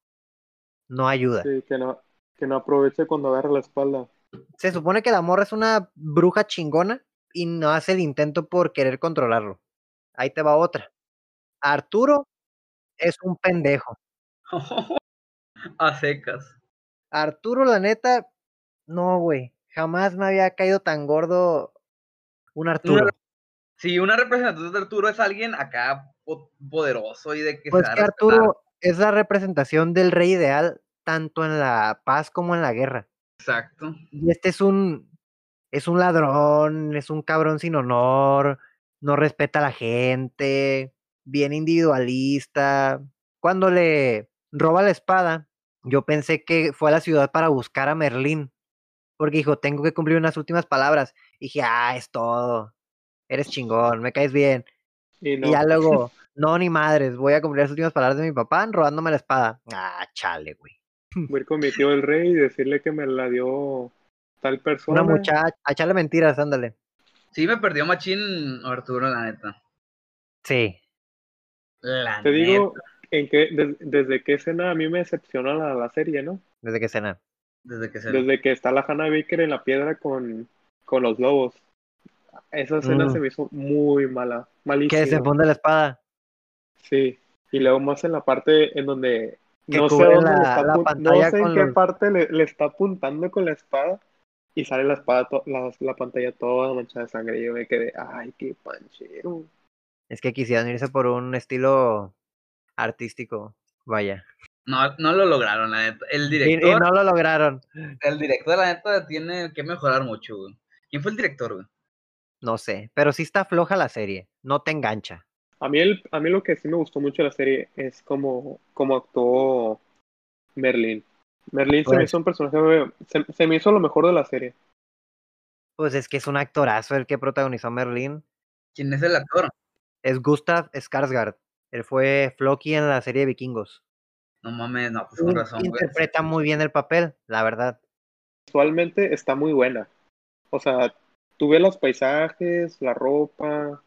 Speaker 1: No ayuda.
Speaker 3: Sí, que no, que no aproveche cuando agarra la espalda.
Speaker 1: Se supone que la morra es una bruja chingona y no hace el intento por querer controlarlo. Ahí te va otra. Arturo es un pendejo.
Speaker 2: A secas.
Speaker 1: Arturo, la neta, no, güey. Jamás me había caído tan gordo un Arturo.
Speaker 2: Sí, una representación de Arturo es alguien acá po- poderoso y de que
Speaker 1: Pues
Speaker 2: se da a
Speaker 1: que
Speaker 2: respetar.
Speaker 1: Arturo es la representación del rey ideal tanto en la paz como en la guerra.
Speaker 2: Exacto.
Speaker 1: Y este es un es un ladrón, es un cabrón sin honor, no respeta a la gente, bien individualista. Cuando le roba la espada, yo pensé que fue a la ciudad para buscar a Merlín, porque dijo, tengo que cumplir unas últimas palabras. Y dije, ah, es todo. Eres chingón, me caes bien.
Speaker 3: Y no,
Speaker 1: Y ya luego, no, ni madres, voy a cumplir las últimas palabras de mi papá robándome la espada. Ah, chale, güey.
Speaker 3: voy a ir con mi tío el rey y decirle que me la dio tal persona.
Speaker 1: Una muchacha, a echarle mentiras, ándale.
Speaker 2: Sí, me perdió Machín Arturo, la neta.
Speaker 1: Sí,
Speaker 2: La
Speaker 3: Te digo,
Speaker 2: neta.
Speaker 3: en qué, des- desde qué escena a mí me decepciona la, la serie, ¿no?
Speaker 1: desde que cena.
Speaker 2: Desde que se.
Speaker 3: Desde que está la Hannah Baker en la piedra con, con los lobos. Esa escena
Speaker 1: Mm.
Speaker 3: se me hizo muy mala,
Speaker 1: Que se
Speaker 3: malísima.
Speaker 1: funde la espada.
Speaker 3: Sí, y luego más en la parte en donde
Speaker 1: que
Speaker 3: no sé,
Speaker 1: cubre
Speaker 3: dónde le
Speaker 1: la-
Speaker 3: está
Speaker 1: la
Speaker 3: apun- no
Speaker 1: pantalla
Speaker 3: sé en
Speaker 1: con
Speaker 3: qué
Speaker 1: los-
Speaker 3: parte le, le está apuntando con la espada y sale la espada, to- la, la pantalla toda manchada de sangre. Y yo me quedé, ay, qué panchero.
Speaker 1: Es que quisieron irse por un estilo artístico. Vaya.
Speaker 2: No, no lo lograron, la neta. El
Speaker 1: Y, y
Speaker 2: director,
Speaker 1: no lo lograron.
Speaker 2: el director, la neta, tiene que mejorar mucho, güey. ¿Quién fue el director, güey?
Speaker 1: No sé. Pero sí está floja la serie. No te engancha.
Speaker 3: A mí, el, a mí lo que sí me gustó mucho de la serie es como, como actuó Merlin. Merlin se me
Speaker 1: Pues-
Speaker 3: hizo un personaje, se, se me hizo lo mejor de la serie.
Speaker 1: Pues es que es un actorazo el que protagonizó Merlín.
Speaker 2: ¿Quién es el actor?
Speaker 1: Es Gustav Skarsgård. Él fue Floki en la serie de Vikingos.
Speaker 2: No mames, no, pues
Speaker 1: Él
Speaker 2: con razón, güey.
Speaker 1: Interpreta muy bien el papel, la verdad.
Speaker 3: Visualmente está muy buena. O sea, tú ves los paisajes, la ropa,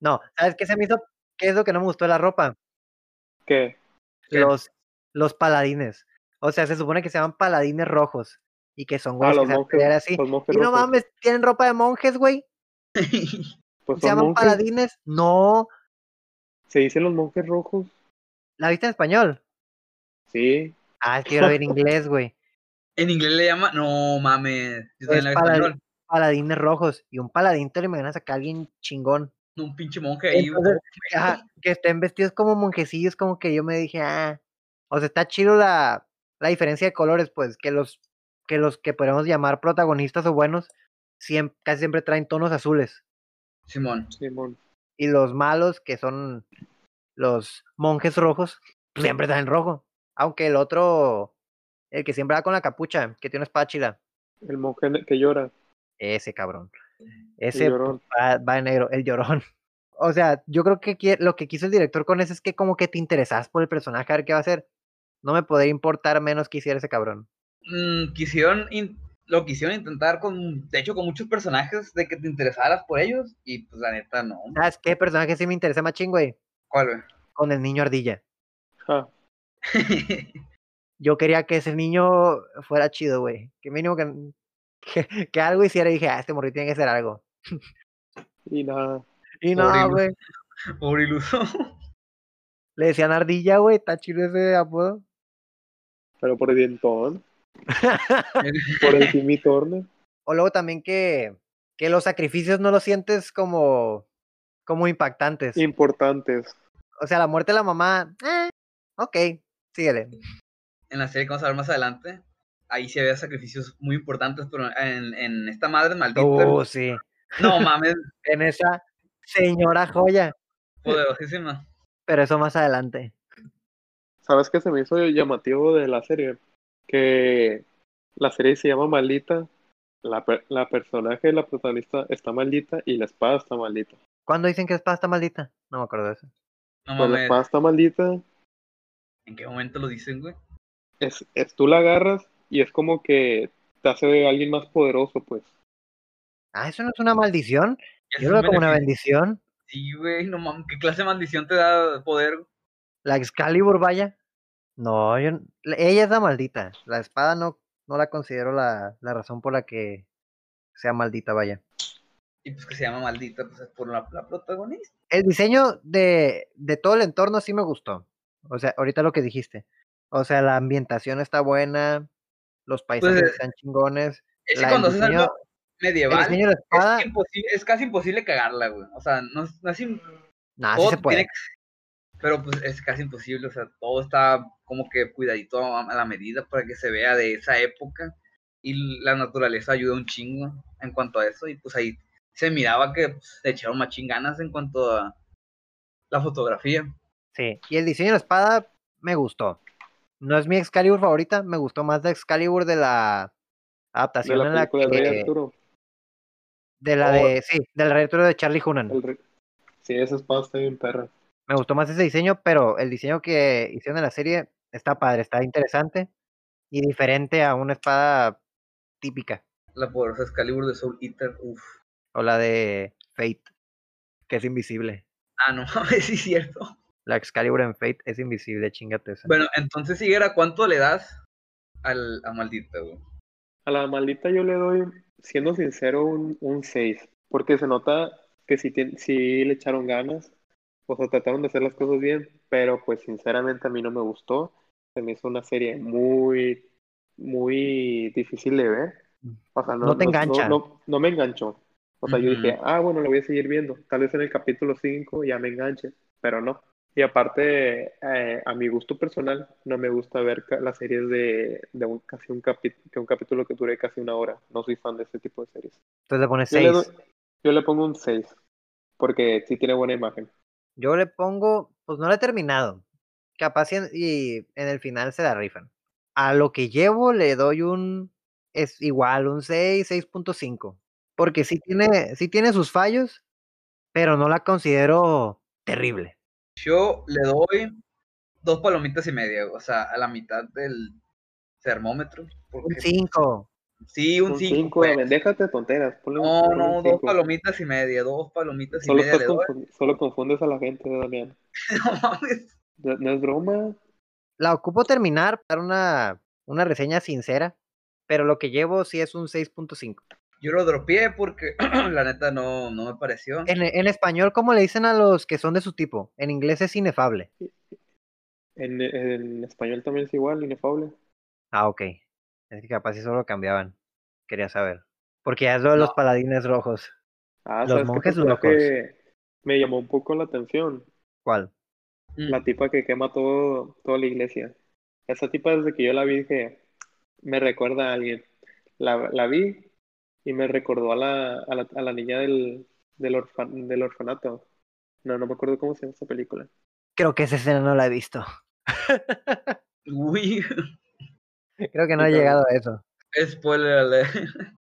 Speaker 1: No, ¿sabes qué se me hizo? ¿Qué es lo que no me gustó de la ropa?
Speaker 3: que
Speaker 2: ¿Qué?
Speaker 1: Los, los paladines. O sea, se supone que se llaman paladines rojos. Y que son güeyes
Speaker 2: Ah,
Speaker 3: Ah, los
Speaker 1: Pues que se van a pelear
Speaker 3: monjes-
Speaker 1: así.
Speaker 3: los monjes
Speaker 1: Y no
Speaker 3: rojos,
Speaker 1: mames, tienen ropa de monjes, güey.
Speaker 3: pues
Speaker 1: Se
Speaker 3: son
Speaker 1: llaman
Speaker 3: monjes,
Speaker 1: paladines. No,
Speaker 3: se dicen los monjes rojos,
Speaker 1: ¿la viste en español?
Speaker 3: sí,
Speaker 1: Ah, es que yo
Speaker 3: (laughs)
Speaker 1: la vi en inglés, güey.
Speaker 2: (laughs) En inglés le llama. No mames.
Speaker 1: Es
Speaker 2: Yo también la vi en
Speaker 1: paladi-
Speaker 2: español.
Speaker 1: Paladines rojos. Y un paladín te lo imaginas acá alguien chingón.
Speaker 2: Un pinche monje ahí, güey.
Speaker 1: Entonces, ajá, que estén vestidos como monjecillos, como que yo me dije, ah. O sea, está chido la, la diferencia de colores, pues, que los que los que podemos llamar protagonistas o buenos, siem- casi siempre traen tonos azules.
Speaker 2: Simón.
Speaker 3: Simón.
Speaker 1: Y los malos, que son los monjes rojos, pues, siempre traen rojo. Aunque el otro, el que siempre va con la capucha, que tiene una espáchila,
Speaker 3: El monje ne- que llora,
Speaker 1: ese cabrón.
Speaker 3: el
Speaker 1: Ese
Speaker 3: llorón.
Speaker 1: va, va de negro, el llorón. (laughs) O sea, yo creo que qui- lo que quiso el director con eso es que como que te interesas por el personaje, a ver qué va a hacer. No me podría importar menos que hiciera ese cabrón.
Speaker 2: Mm, quisieron. in- Lo quisieron intentar con. De hecho, con muchos personajes de que te interesaras por ellos. Y pues la neta, no.
Speaker 1: ¿Sabes qué personaje sí me interesa más chingo, güey?
Speaker 2: ¿Cuál, güey?
Speaker 1: Con el niño ardilla.
Speaker 3: Ja,
Speaker 2: (laughs)
Speaker 1: Yo quería que ese niño fuera chido, güey. Que mínimo que, que, (laughs) que algo hiciera y dije, ah, este morrito tiene que hacer algo.
Speaker 3: y nada,
Speaker 1: Y no,
Speaker 2: Pobre ilu-
Speaker 1: güey.
Speaker 2: Pobre iluso.
Speaker 1: Le decían ardilla, güey. Está chido ese apodo.
Speaker 3: pero por
Speaker 1: (laughs)
Speaker 3: el dientón, por el Timmy Turner.
Speaker 1: O luego también que, que los sacrificios no los sientes como, como impactantes.
Speaker 3: Importantes.
Speaker 1: O sea, la muerte de la mamá, eh, ok,
Speaker 2: (laughs)
Speaker 1: síguele.
Speaker 2: en la serie que vamos a ver más adelante. Ahí sí había sacrificios muy importantes, pero en, en esta madre maldita.
Speaker 1: Oh, sí.
Speaker 2: No mames,
Speaker 1: En esa señora joya.
Speaker 2: poderosísima.
Speaker 1: Pero eso más adelante.
Speaker 3: ¿Sabes qué se me hizo llamativo de la serie? Que la serie se llama Maldita, la, per- la personaje de la protagonista está maldita y la espada está maldita.
Speaker 1: ¿Cuándo dicen que es pasta maldita? No me acuerdo de eso.
Speaker 3: Pues
Speaker 2: No
Speaker 3: la
Speaker 2: mames.
Speaker 3: espada está maldita,
Speaker 2: ¿En qué momento lo dicen, güey?
Speaker 3: es, es tú la agarras y es como que te hace de alguien más poderoso, pues.
Speaker 1: Ah, eso no es una maldición.
Speaker 2: Ese
Speaker 1: Yo
Speaker 2: es
Speaker 1: lo
Speaker 2: un
Speaker 1: veo como una
Speaker 2: beneficio.
Speaker 1: bendición.
Speaker 2: Sí, güey, no mames. ¿Qué clase de maldición te da poder? güey?
Speaker 1: La Excalibur, vaya. No, yo, n- la- ella es la maldita. La espada no, no la considero la, la razón por la que sea maldita, vaya.
Speaker 2: Y pues que se llama maldita, pues es por la, la protagonista.
Speaker 1: El diseño de, de todo el entorno sí me gustó. O sea, ahorita lo que dijiste. O sea, la ambientación está buena, los paisajes
Speaker 2: eh,
Speaker 1: están chingones.
Speaker 2: Es que
Speaker 1: la- el,
Speaker 2: cuando haces
Speaker 1: diseño,
Speaker 2: algo
Speaker 1: el
Speaker 2: medieval,
Speaker 1: diseño de la
Speaker 2: es,
Speaker 1: espada,
Speaker 2: imposi- es casi imposible cagarla, güey. O sea, no, es- no es im-
Speaker 1: nada,
Speaker 2: todo
Speaker 1: Ah, sí se
Speaker 2: tiene
Speaker 1: puede.
Speaker 2: que- Pero pues es casi imposible, o sea, todo está como que cuidadito a a la medida para que se vea de esa época y la naturaleza ayuda un chingo en cuanto a eso y pues ahí se miraba que pues, le echaron más chinganas en cuanto a la fotografía.
Speaker 1: Sí. Y el diseño de la espada me gustó. No es mi Excalibur favorita, me gustó más la Excalibur de la
Speaker 3: De
Speaker 1: adaptación
Speaker 3: la
Speaker 1: en la
Speaker 3: película del Rey
Speaker 1: que-
Speaker 3: Arturo.
Speaker 1: de la
Speaker 3: Oh.
Speaker 1: de, sí, del retro de Charlie Hunan.
Speaker 3: el rey- Sí, esa espada está bien perra.
Speaker 1: Me gustó más ese diseño, pero el diseño que hicieron en la serie está padre, está interesante y diferente a una espada típica
Speaker 2: La poderosa Excalibur de Soul Eater, uff.
Speaker 1: o la de Fate, que es invisible.
Speaker 2: Ah, no (laughs) mames, sí es cierto.
Speaker 1: La Excalibur en Fate es invisible, chingate esa.
Speaker 2: Bueno, entonces Higuera, ¿cuánto le das al, a Maldita, güey?
Speaker 3: A la maldita yo le doy, siendo sincero, un, un 6, porque se nota que sí, tien- sí le echaron ganas, o sea, trataron de hacer las cosas bien, pero pues sinceramente a mí no me gustó se me hizo una serie muy, muy difícil de ver. O sea, no,
Speaker 1: No te engancha.
Speaker 3: No, no, no me enganchó. O sea, yo
Speaker 2: Ujú.
Speaker 3: dije, ah, bueno, lo voy a seguir viendo. Tal vez en el capítulo 5 ya me enganche, pero no. Y aparte, eh, a mi gusto personal, no me gusta ver ca- las series de, de un, casi un, capi- que un capítulo que dure casi una hora. No soy fan de ese tipo de series.
Speaker 1: Entonces le pones
Speaker 3: Yo le,
Speaker 1: 6.
Speaker 3: doy- yo le pongo un 6, porque sí tiene buena imagen.
Speaker 1: Yo le pongo, pues no lo he terminado. Capaz y en, y en el final se la rifan. A lo que llevo le doy un, es igual, un 6, 6.5. Porque sí tiene, sí tiene sus fallos, pero no la considero terrible.
Speaker 2: Yo le doy dos palomitas y media, o sea, a la mitad del termómetro.
Speaker 1: Un
Speaker 2: porque-
Speaker 1: 5.
Speaker 2: Sí, un
Speaker 3: Un
Speaker 2: 5.
Speaker 3: 5, déjate de tonteras. ponle un-
Speaker 2: No,
Speaker 3: ponle un
Speaker 2: no, dos
Speaker 3: cinco.
Speaker 2: palomitas y media, dos palomitas y
Speaker 3: Solo,
Speaker 2: media le
Speaker 3: estás
Speaker 2: doy. (laughs)
Speaker 3: confu- solo confundes a la gente, Damián.
Speaker 2: No mames.
Speaker 3: No, no es broma.
Speaker 1: La ocupo terminar para una, una reseña sincera, pero lo que llevo sí es un 6.5.
Speaker 2: Yo lo dropeé porque (clears throat) la neta no, no me pareció.
Speaker 1: En, en español, ¿cómo le dicen a los que son de su tipo? En inglés es inefable.
Speaker 3: En, en español también es igual, inefable.
Speaker 1: Ah, ok. Es que capaz eso lo cambiaban. Quería saber. Porque ya es lo de los
Speaker 2: No.
Speaker 1: paladines rojos.
Speaker 3: Ah,
Speaker 1: Los
Speaker 3: ¿sabes qué
Speaker 1: monjes
Speaker 3: personaje Me llamó un poco la atención.
Speaker 1: ¿Cuál?
Speaker 2: Mm.
Speaker 3: La tipa que quema todo, toda la iglesia. Esa tipa desde que yo la vi dije, me recuerda a alguien. La, la vi y me recordó a la, a la, a la niña del, del, orfan- del orfanato. No, no me acuerdo cómo se llama esa película.
Speaker 1: Creo que esa escena no la he visto.
Speaker 2: Uy, (laughs)
Speaker 1: Creo que no
Speaker 3: Sí,
Speaker 1: he
Speaker 3: pero-
Speaker 1: llegado a eso.
Speaker 2: spoiler alert.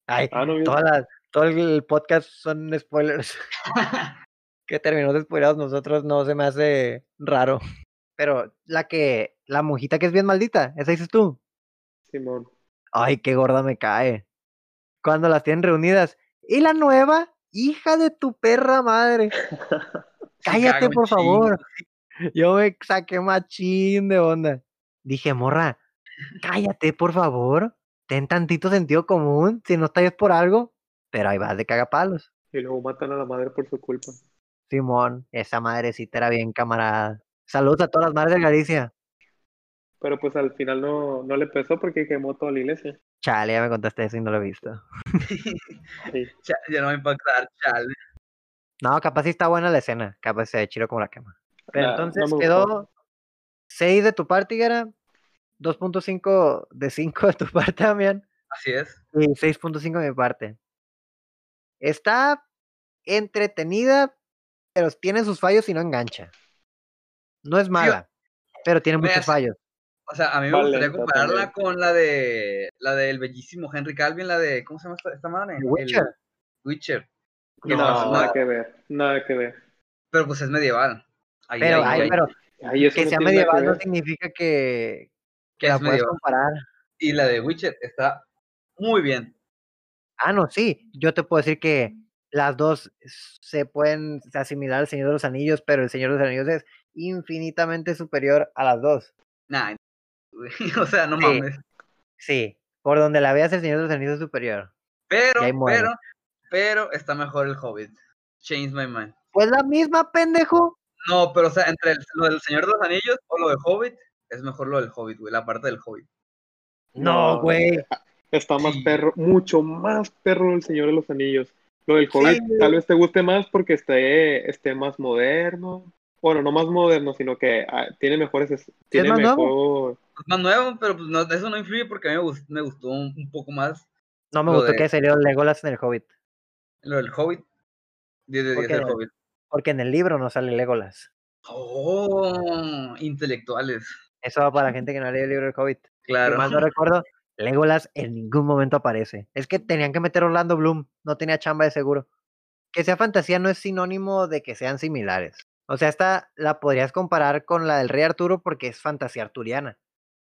Speaker 1: Ay,
Speaker 3: Ah, no, yo-
Speaker 1: todas las- todo el podcast son spoilers. (laughs) que terminó de spoilados nosotros no se me hace raro. Pero la que, la monjita que es bien maldita, esa dices tú.
Speaker 3: (laughs) Simón.
Speaker 1: Ay, qué gorda me cae. Cuando las tienen reunidas. Y la nueva, hija de tu perra madre.
Speaker 2: Sí
Speaker 1: Cállate,
Speaker 2: caga un
Speaker 1: por
Speaker 2: chingo.
Speaker 1: favor. Yo me saqué machín de onda. Dije, morra, cállate, por favor. Ten tantito sentido común. Si no estáis por algo, pero ahí vas de cagapalos.
Speaker 3: Y luego matan a la madre por su culpa.
Speaker 1: Simón, esa madrecita era bien camarada. Saludos a todas las madres de Galicia.
Speaker 3: Pero pues al final no, no le pesó porque quemó toda la iglesia.
Speaker 1: Chale, ya me contaste eso y no lo he visto.
Speaker 2: (laughs)
Speaker 3: Sí.
Speaker 2: Cha- Ya no va a impactar, chale.
Speaker 1: No, capaz sí está buena la escena. Capaz se ve chido como la quema. Pero
Speaker 3: Nah, Ah, no
Speaker 1: entonces
Speaker 3: me gustó.
Speaker 1: quedó 6 de tu parte, Higuera. 2.5 de 5 de tu (laughs) parte, también.
Speaker 2: Así es.
Speaker 1: Sí, 6.5 de mi parte. Está entretenida, pero tiene sus fallos y no engancha. No es mala, pero tiene
Speaker 2: me
Speaker 1: muchos
Speaker 2: hace-
Speaker 1: fallos.
Speaker 2: O sea, a mí me
Speaker 3: Vale,
Speaker 2: gustaría
Speaker 3: está
Speaker 2: compararla
Speaker 3: también.
Speaker 2: con la de la del bellísimo Henry Calvin, la de ¿cómo se llama esta, esta madre?
Speaker 1: The Witcher.
Speaker 2: El Witcher.
Speaker 3: No,
Speaker 2: No,
Speaker 3: nada
Speaker 2: no.
Speaker 3: que ver, nada que ver.
Speaker 2: Pero pues es medieval. Ahí-
Speaker 1: Pero,
Speaker 2: ahí-
Speaker 1: ay,
Speaker 2: ahí-
Speaker 1: pero
Speaker 3: Ay, eso
Speaker 1: que
Speaker 3: no
Speaker 1: sea
Speaker 3: tiene nada que
Speaker 1: medieval no
Speaker 3: ver.
Speaker 1: significa que, que
Speaker 2: es
Speaker 1: la puedas
Speaker 2: medieval.
Speaker 1: comparar.
Speaker 2: Y la de Witcher está muy bien.
Speaker 1: Ah, no, sí. Yo te puedo decir que las dos se pueden asimilar al Señor de los Anillos, pero el Señor de los Anillos es infinitamente superior a las dos.
Speaker 2: Nah, (laughs) o sea, no
Speaker 1: Sí.
Speaker 2: mames.
Speaker 1: Sí, por donde la veas, el Señor de los Anillos es superior.
Speaker 2: Pero,
Speaker 1: ahí muere.
Speaker 2: pero, pero está mejor el Hobbit. Change my mind.
Speaker 1: Pues la misma, pendejo.
Speaker 2: No, pero o sea, entre el- lo del Señor de los Anillos o lo de Hobbit, es mejor lo del Hobbit, güey, la parte del Hobbit.
Speaker 1: No,
Speaker 3: No,
Speaker 1: güey.
Speaker 3: Está más
Speaker 2: Sí.
Speaker 3: perro, mucho más perro el Señor de los Anillos. Lo del
Speaker 1: Sí.
Speaker 3: Hobbit tal vez te guste más porque esté, esté más moderno. Bueno, no más moderno, sino que ah, tiene mejores, es- tiene
Speaker 1: más
Speaker 3: mejor.
Speaker 1: nuevo?
Speaker 2: Es más nuevo, pero pues no, eso no influye porque a mí me gustó, me gustó un, un poco más
Speaker 1: No me
Speaker 2: Lo
Speaker 1: gustó
Speaker 2: de-
Speaker 1: que salió Legolas en el Hobbit,
Speaker 2: lo del Hobbit. 10 de 10
Speaker 1: Porque
Speaker 2: del
Speaker 1: en el-
Speaker 2: Hobbit.
Speaker 1: porque en el libro no sale Legolas.
Speaker 2: Oh, intelectuales.
Speaker 1: Eso va
Speaker 3: (laughs)
Speaker 1: para la gente que no ha leído el libro del Hobbit.
Speaker 2: Claro.
Speaker 1: Si mal no recuerdo,
Speaker 3: Eh.
Speaker 1: Legolas en ningún momento aparece. Es que tenían que meter a Orlando Bloom, no tenía chamba de seguro. Que sea fantasía no es sinónimo de que sean similares. O sea, esta la podrías comparar con la del Rey Arturo porque es fantasía arturiana.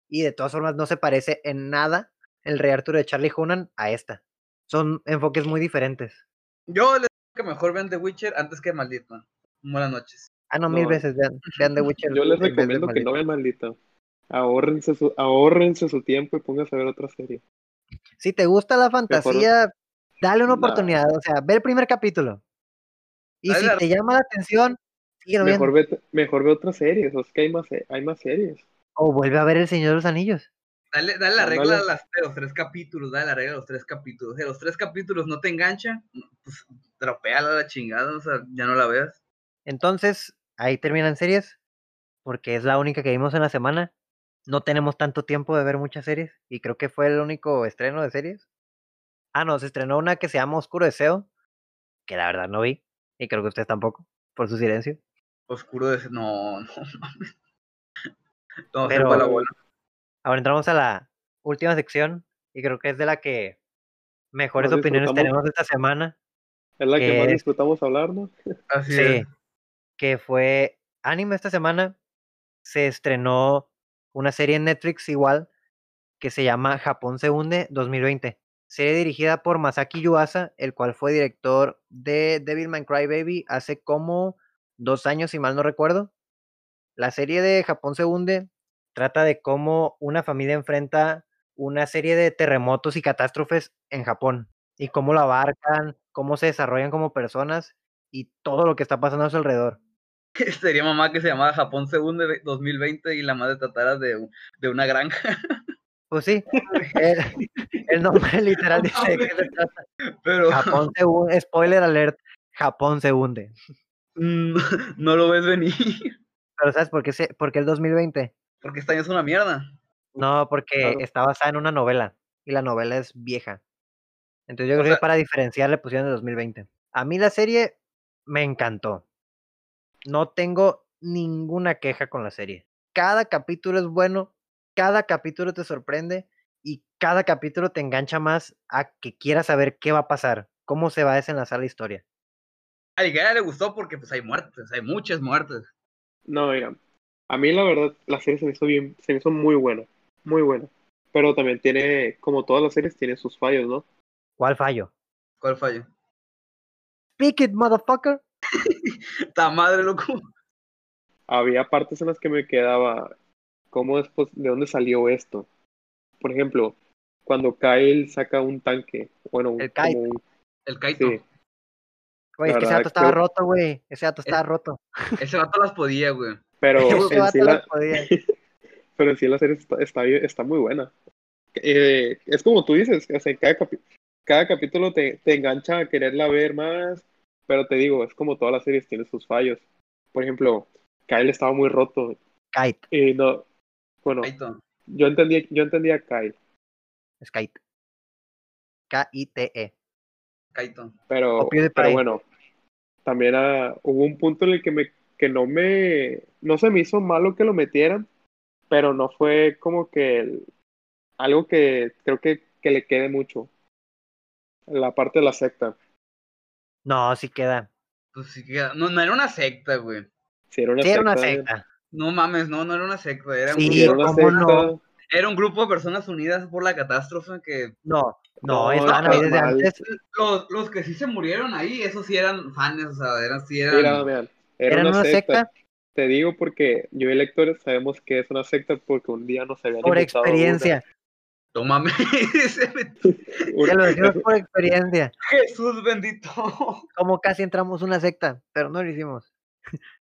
Speaker 1: Y de todas formas no se parece en nada el Rey Arturo de Charlie Hunan a esta. Son enfoques muy diferentes.
Speaker 2: (laughs) Yo les digo que mejor vean The Witcher antes que Maldito. Buenas noches.
Speaker 1: Ah, no, mil
Speaker 3: No,
Speaker 1: veces, vean, vean
Speaker 3: (laughs)
Speaker 1: The Witcher.
Speaker 3: Yo les
Speaker 1: en vez de
Speaker 3: recomiendo que
Speaker 1: Maldito.
Speaker 3: no vean maldito. Ahórrense su, ahórrense su tiempo y pónganse a ver otra serie.
Speaker 1: Si te gusta la fantasía, dale una
Speaker 3: Nah.
Speaker 1: oportunidad. O sea, ve el primer capítulo. Y
Speaker 2: Dale
Speaker 1: si
Speaker 2: la-
Speaker 1: te llama la atención, síguelo
Speaker 3: Mejor
Speaker 1: viendo.
Speaker 3: ve, mejor ve otras series, o es que hay más, se- hay más series.
Speaker 1: O vuelve a ver El Señor de los Anillos.
Speaker 2: Dale, dale la
Speaker 3: Ándale.
Speaker 2: regla de, las- de los tres capítulos, dale la regla de los tres capítulos. Si los tres capítulos no te engancha, pues tropeala la chingada, o sea, ya no la veas.
Speaker 1: Entonces, ahí terminan series, porque es la única que vimos en la semana. No tenemos tanto tiempo de ver muchas series, y creo que fue el único estreno de series. Ah, no, se estrenó una que se llama Oscuro Deseo, que la verdad no vi, y creo que ustedes tampoco, por su silencio.
Speaker 2: Oscuro de... No, (laughs) no mames. No,
Speaker 1: Pero-
Speaker 2: sepa la bola.
Speaker 1: Ahora entramos a la última sección, y creo que es de la que mejores
Speaker 3: Nos
Speaker 1: opiniones
Speaker 3: disfrutamos.
Speaker 1: tenemos esta semana.
Speaker 3: Es la
Speaker 1: que
Speaker 3: que más
Speaker 1: es-
Speaker 3: disfrutamos hablar, ¿no?
Speaker 2: Así
Speaker 1: Sí,
Speaker 2: es.
Speaker 1: que fue anime esta semana. Se estrenó una serie en Netflix igual que se llama Japón se hunde 2020. Serie dirigida por Masaki Yuasa, el cual fue director de Devilman Crybaby hace como dos años, si mal no recuerdo. La serie de Japón se hunde trata de cómo una familia enfrenta una serie de terremotos y catástrofes en Japón y cómo lo abarcan, cómo se desarrollan como personas y todo lo que está pasando a su alrededor.
Speaker 2: (laughs) Sería mamá que se llamaba Japón Segundo 2020 y la madre tatara de, un- de una granja. (laughs)
Speaker 1: Pues sí, el, el nombre literal dice de qué se trata.
Speaker 2: Pero
Speaker 1: Japón se hunde, spoiler alert, Japón se hunde.
Speaker 2: mm, (laughs) no lo ves venir. (laughs)
Speaker 1: Pero ¿sabes por qué, se, por qué el 2020?
Speaker 2: Porque esta año es una mierda.
Speaker 1: No, porque
Speaker 3: Claro.
Speaker 1: está basada en una novela y la novela es vieja. Entonces yo
Speaker 2: O
Speaker 1: creo
Speaker 2: sea-
Speaker 1: que para diferenciar le pusieron el 2020. A mí la serie me encantó. No tengo ninguna queja con la serie. Cada capítulo es bueno, cada capítulo te sorprende y cada capítulo te engancha más a que quieras saber qué va a pasar, cómo se va a desenlazar la historia.
Speaker 2: Al que a ella le gustó porque pues hay muertes, hay muchas muertes.
Speaker 3: No, mira, a mí la verdad la serie se me hizo bien, se me hizo muy buena, muy buena. Pero también tiene, como todas las series, tiene sus fallos, ¿no?
Speaker 1: ¿Cuál fallo?
Speaker 2: ¿Cuál fallo?
Speaker 1: Speak it, motherfucker.
Speaker 2: (laughs) Ta madre, loco.
Speaker 3: Había partes en las que me quedaba, ¿cómo es, pos- de dónde salió esto? Por ejemplo, cuando Kyle saca un tanque, bueno, un-
Speaker 1: El
Speaker 3: como
Speaker 1: kite.
Speaker 3: un-
Speaker 2: El Kaito.
Speaker 3: sí,
Speaker 1: Güey,
Speaker 3: La
Speaker 1: es que ese
Speaker 3: verdad,
Speaker 1: dato estaba
Speaker 3: ah, creo- eh,
Speaker 1: roto, güey. Ese dato estaba roto.
Speaker 2: Ese vato las
Speaker 3: (laughs)
Speaker 2: podía, güey.
Speaker 3: pero
Speaker 1: (laughs) Ese
Speaker 3: en
Speaker 1: vato
Speaker 3: sí
Speaker 1: no
Speaker 3: la, (laughs)
Speaker 1: podía.
Speaker 3: pero en sí la serie está, está, bien- está muy buena. Eh, es como tú dices, o sea, cada, capi- cada capítulo te, te engancha a quererla ver más, pero te digo, es como todas las series, tiene sus fallos. Por ejemplo, Kyle estaba muy roto
Speaker 1: Kite,
Speaker 3: y no, bueno,
Speaker 2: Kaito.
Speaker 3: yo entendía, yo entendía a Kyle,
Speaker 1: es Kite. K-I-T-E.
Speaker 2: Kaito.
Speaker 3: pero,
Speaker 1: O PewDiePie.
Speaker 3: pero bueno, también ah, hubo un punto en el que me que no me no se me hizo malo que lo metieran, pero no fue como que el- algo que creo que, que le quede mucho. La parte de la secta.
Speaker 1: No, sí queda.
Speaker 2: Pues sí que- No, no era una secta, güey.
Speaker 3: Si era una
Speaker 1: Sí, era una
Speaker 3: secta,
Speaker 1: secta.
Speaker 2: No mames, no, no era una secta. Era un,
Speaker 1: Sí,
Speaker 3: si era una
Speaker 2: grupo,
Speaker 1: ¿cómo
Speaker 3: secta,
Speaker 1: no?
Speaker 2: era un grupo de personas unidas por la catástrofe que
Speaker 1: No, no,
Speaker 3: No,
Speaker 1: estaban
Speaker 3: está
Speaker 1: ahí desde
Speaker 3: mal.
Speaker 1: antes.
Speaker 2: los, los que sí se murieron ahí, esos sí eran fans, o sea, eran, sí eran...
Speaker 3: mira, vean, era
Speaker 1: Eran
Speaker 3: una
Speaker 1: una
Speaker 3: secta.
Speaker 1: secta
Speaker 3: Te digo porque yo y lectores sabemos que es una secta porque un día nos habían
Speaker 1: por
Speaker 3: invitado a una.
Speaker 1: experiencia.
Speaker 2: No mames, (laughs) se metió-
Speaker 3: Un-
Speaker 1: Te lo
Speaker 3: (laughs)
Speaker 1: decimos por experiencia.
Speaker 2: Jesús bendito. (laughs)
Speaker 1: Como casi entramos a una secta, pero no lo hicimos.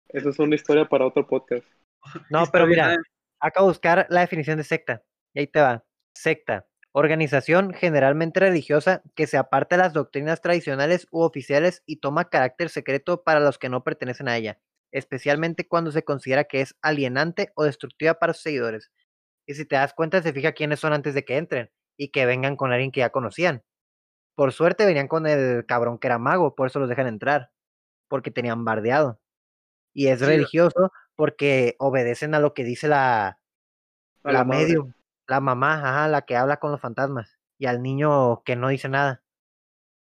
Speaker 3: Eso es una historia para otro podcast.
Speaker 1: No,
Speaker 2: Está
Speaker 1: pero
Speaker 2: bien,
Speaker 1: mira,
Speaker 2: eh,
Speaker 1: acabo de buscar la definición de secta. Y ahí te va. Secta. Organización generalmente religiosa que se aparta de las doctrinas tradicionales u oficiales y toma carácter secreto para los que no pertenecen a ella, especialmente cuando se considera que es alienante o destructiva para sus seguidores. Y si te das cuenta, se fija quiénes son antes de que entren y que vengan con alguien que ya conocían. Por suerte venían con el cabrón que era mago, por eso los dejan entrar, porque tenían bardeado. Y es
Speaker 2: Sí, o-
Speaker 1: religioso porque obedecen a lo que dice la,
Speaker 3: A
Speaker 1: la,
Speaker 3: madre.
Speaker 1: medium, la mamá, ajá, la que habla con los fantasmas. Y al niño que no dice nada.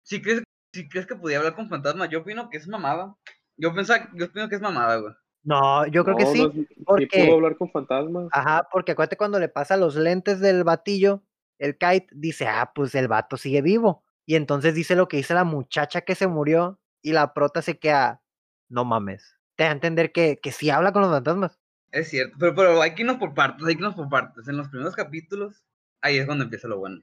Speaker 2: Si crees, si crees que podía hablar con fantasma, yo opino que es mamada. Yo pensaba, yo opino que es mamada, güey.
Speaker 1: No, yo creo que
Speaker 3: No,
Speaker 1: sí.
Speaker 3: no es- sí
Speaker 1: porque- Ah.
Speaker 3: pudo hablar con fantasmas.
Speaker 1: Ajá, porque acuérdate cuando le pasa los lentes del batillo, el kite dice, ah, pues el vato sigue vivo. Y entonces dice lo que dice la muchacha que se murió y la prota se queda, no mames. Te da a entender que, que sí habla con los fantasmas.
Speaker 2: Es cierto, pero, pero hay que irnos por partes, hay que irnos por partes. En los primeros capítulos, ahí es donde empieza lo bueno.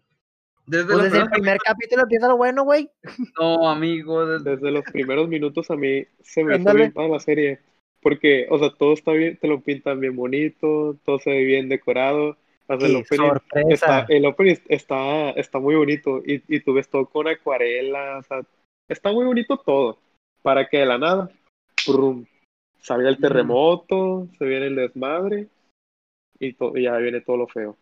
Speaker 2: Desde
Speaker 1: Pues
Speaker 2: los
Speaker 1: desde el
Speaker 2: primeros
Speaker 1: primer capítulo empieza lo bueno, güey.
Speaker 2: cap- No, amigo, desde-
Speaker 3: Desde los primeros minutos a mí se me hizo
Speaker 1: Ándale.
Speaker 3: bien para la serie. Porque, o sea, todo está bien, te lo pintan bien bonito, todo se ve bien decorado. O sea, el
Speaker 1: Y
Speaker 3: opening
Speaker 1: sorpresa.
Speaker 3: está, el opening está, está muy bonito y, y tú ves todo con acuarela, o sea, está muy bonito todo. Para que de la nada, prum, salga el
Speaker 1: Mm.
Speaker 2: Ujú.
Speaker 3: terremoto, se viene el desmadre y, to- y ya viene todo lo feo.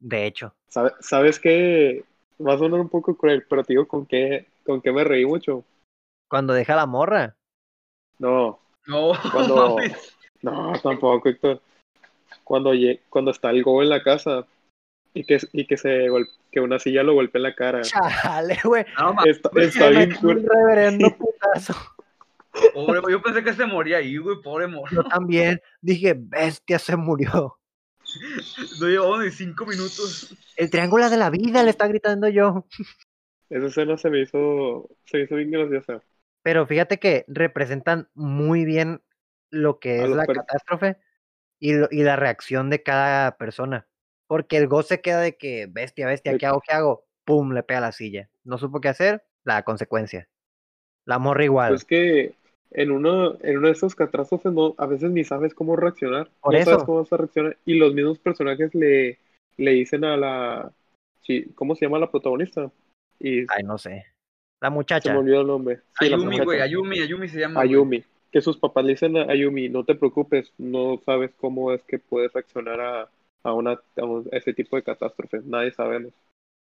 Speaker 1: De hecho,
Speaker 3: Sabe- ¿Sabes qué? Va a sonar un poco cruel, pero te digo con qué, con qué me reí mucho.
Speaker 1: cuando deja la morra,
Speaker 3: No,
Speaker 2: No, (laughs)
Speaker 3: Cuando-
Speaker 2: mames.
Speaker 3: no, tampoco, Héctor. Cuando, lle- cuando está el go en la casa y que, y que, se gol- que una silla lo golpea en la cara.
Speaker 1: chale, güey.
Speaker 2: No, ma-
Speaker 3: Está, está
Speaker 1: (laughs) Se
Speaker 3: bien
Speaker 1: metió
Speaker 3: cruel.
Speaker 1: un reverendo putazo.
Speaker 2: pobre, güey, yo pensé que se moría ahí, güey, pobre morro.
Speaker 1: Yo también dije, bestia, se murió.
Speaker 2: (laughs) No llevamos ni cinco minutos.
Speaker 1: El triángulo de la vida le está gritando yo.
Speaker 3: Esa escena se me hizo, se me hizo bien graciosa.
Speaker 1: Pero fíjate que representan muy bien lo que
Speaker 3: A
Speaker 1: es
Speaker 3: los
Speaker 1: la
Speaker 3: per-
Speaker 1: catástrofe y, lo- y la reacción de cada persona. Porque el goce queda de que, bestia, bestia,
Speaker 3: De-
Speaker 1: ¿qué hago? ¿Qué hago? ¡Pum! Le pega la silla. No supo qué hacer, la consecuencia. La morra igual.
Speaker 3: Pues que en uno, en uno de esos catástrofes no, a veces ni sabes cómo reaccionar.
Speaker 1: Por
Speaker 3: no sabes
Speaker 1: eso.
Speaker 3: cómo vas a reaccionar. Y los mismos personajes le, le dicen a la... sí, ¿Cómo se llama la protagonista? Y
Speaker 1: Ay, no sé. La
Speaker 3: se
Speaker 1: muchacha.
Speaker 3: me olvidó el nombre. Sí, la
Speaker 2: Ayumi,
Speaker 3: muchacha.
Speaker 2: güey, Ayumi, Ayumi se llama. güey.
Speaker 3: Ayumi, que sus papás le dicen a Ayumi, no te preocupes, no sabes cómo es que puedes reaccionar a, a, una, a un- a ese tipo de catástrofes, nadie sabemos.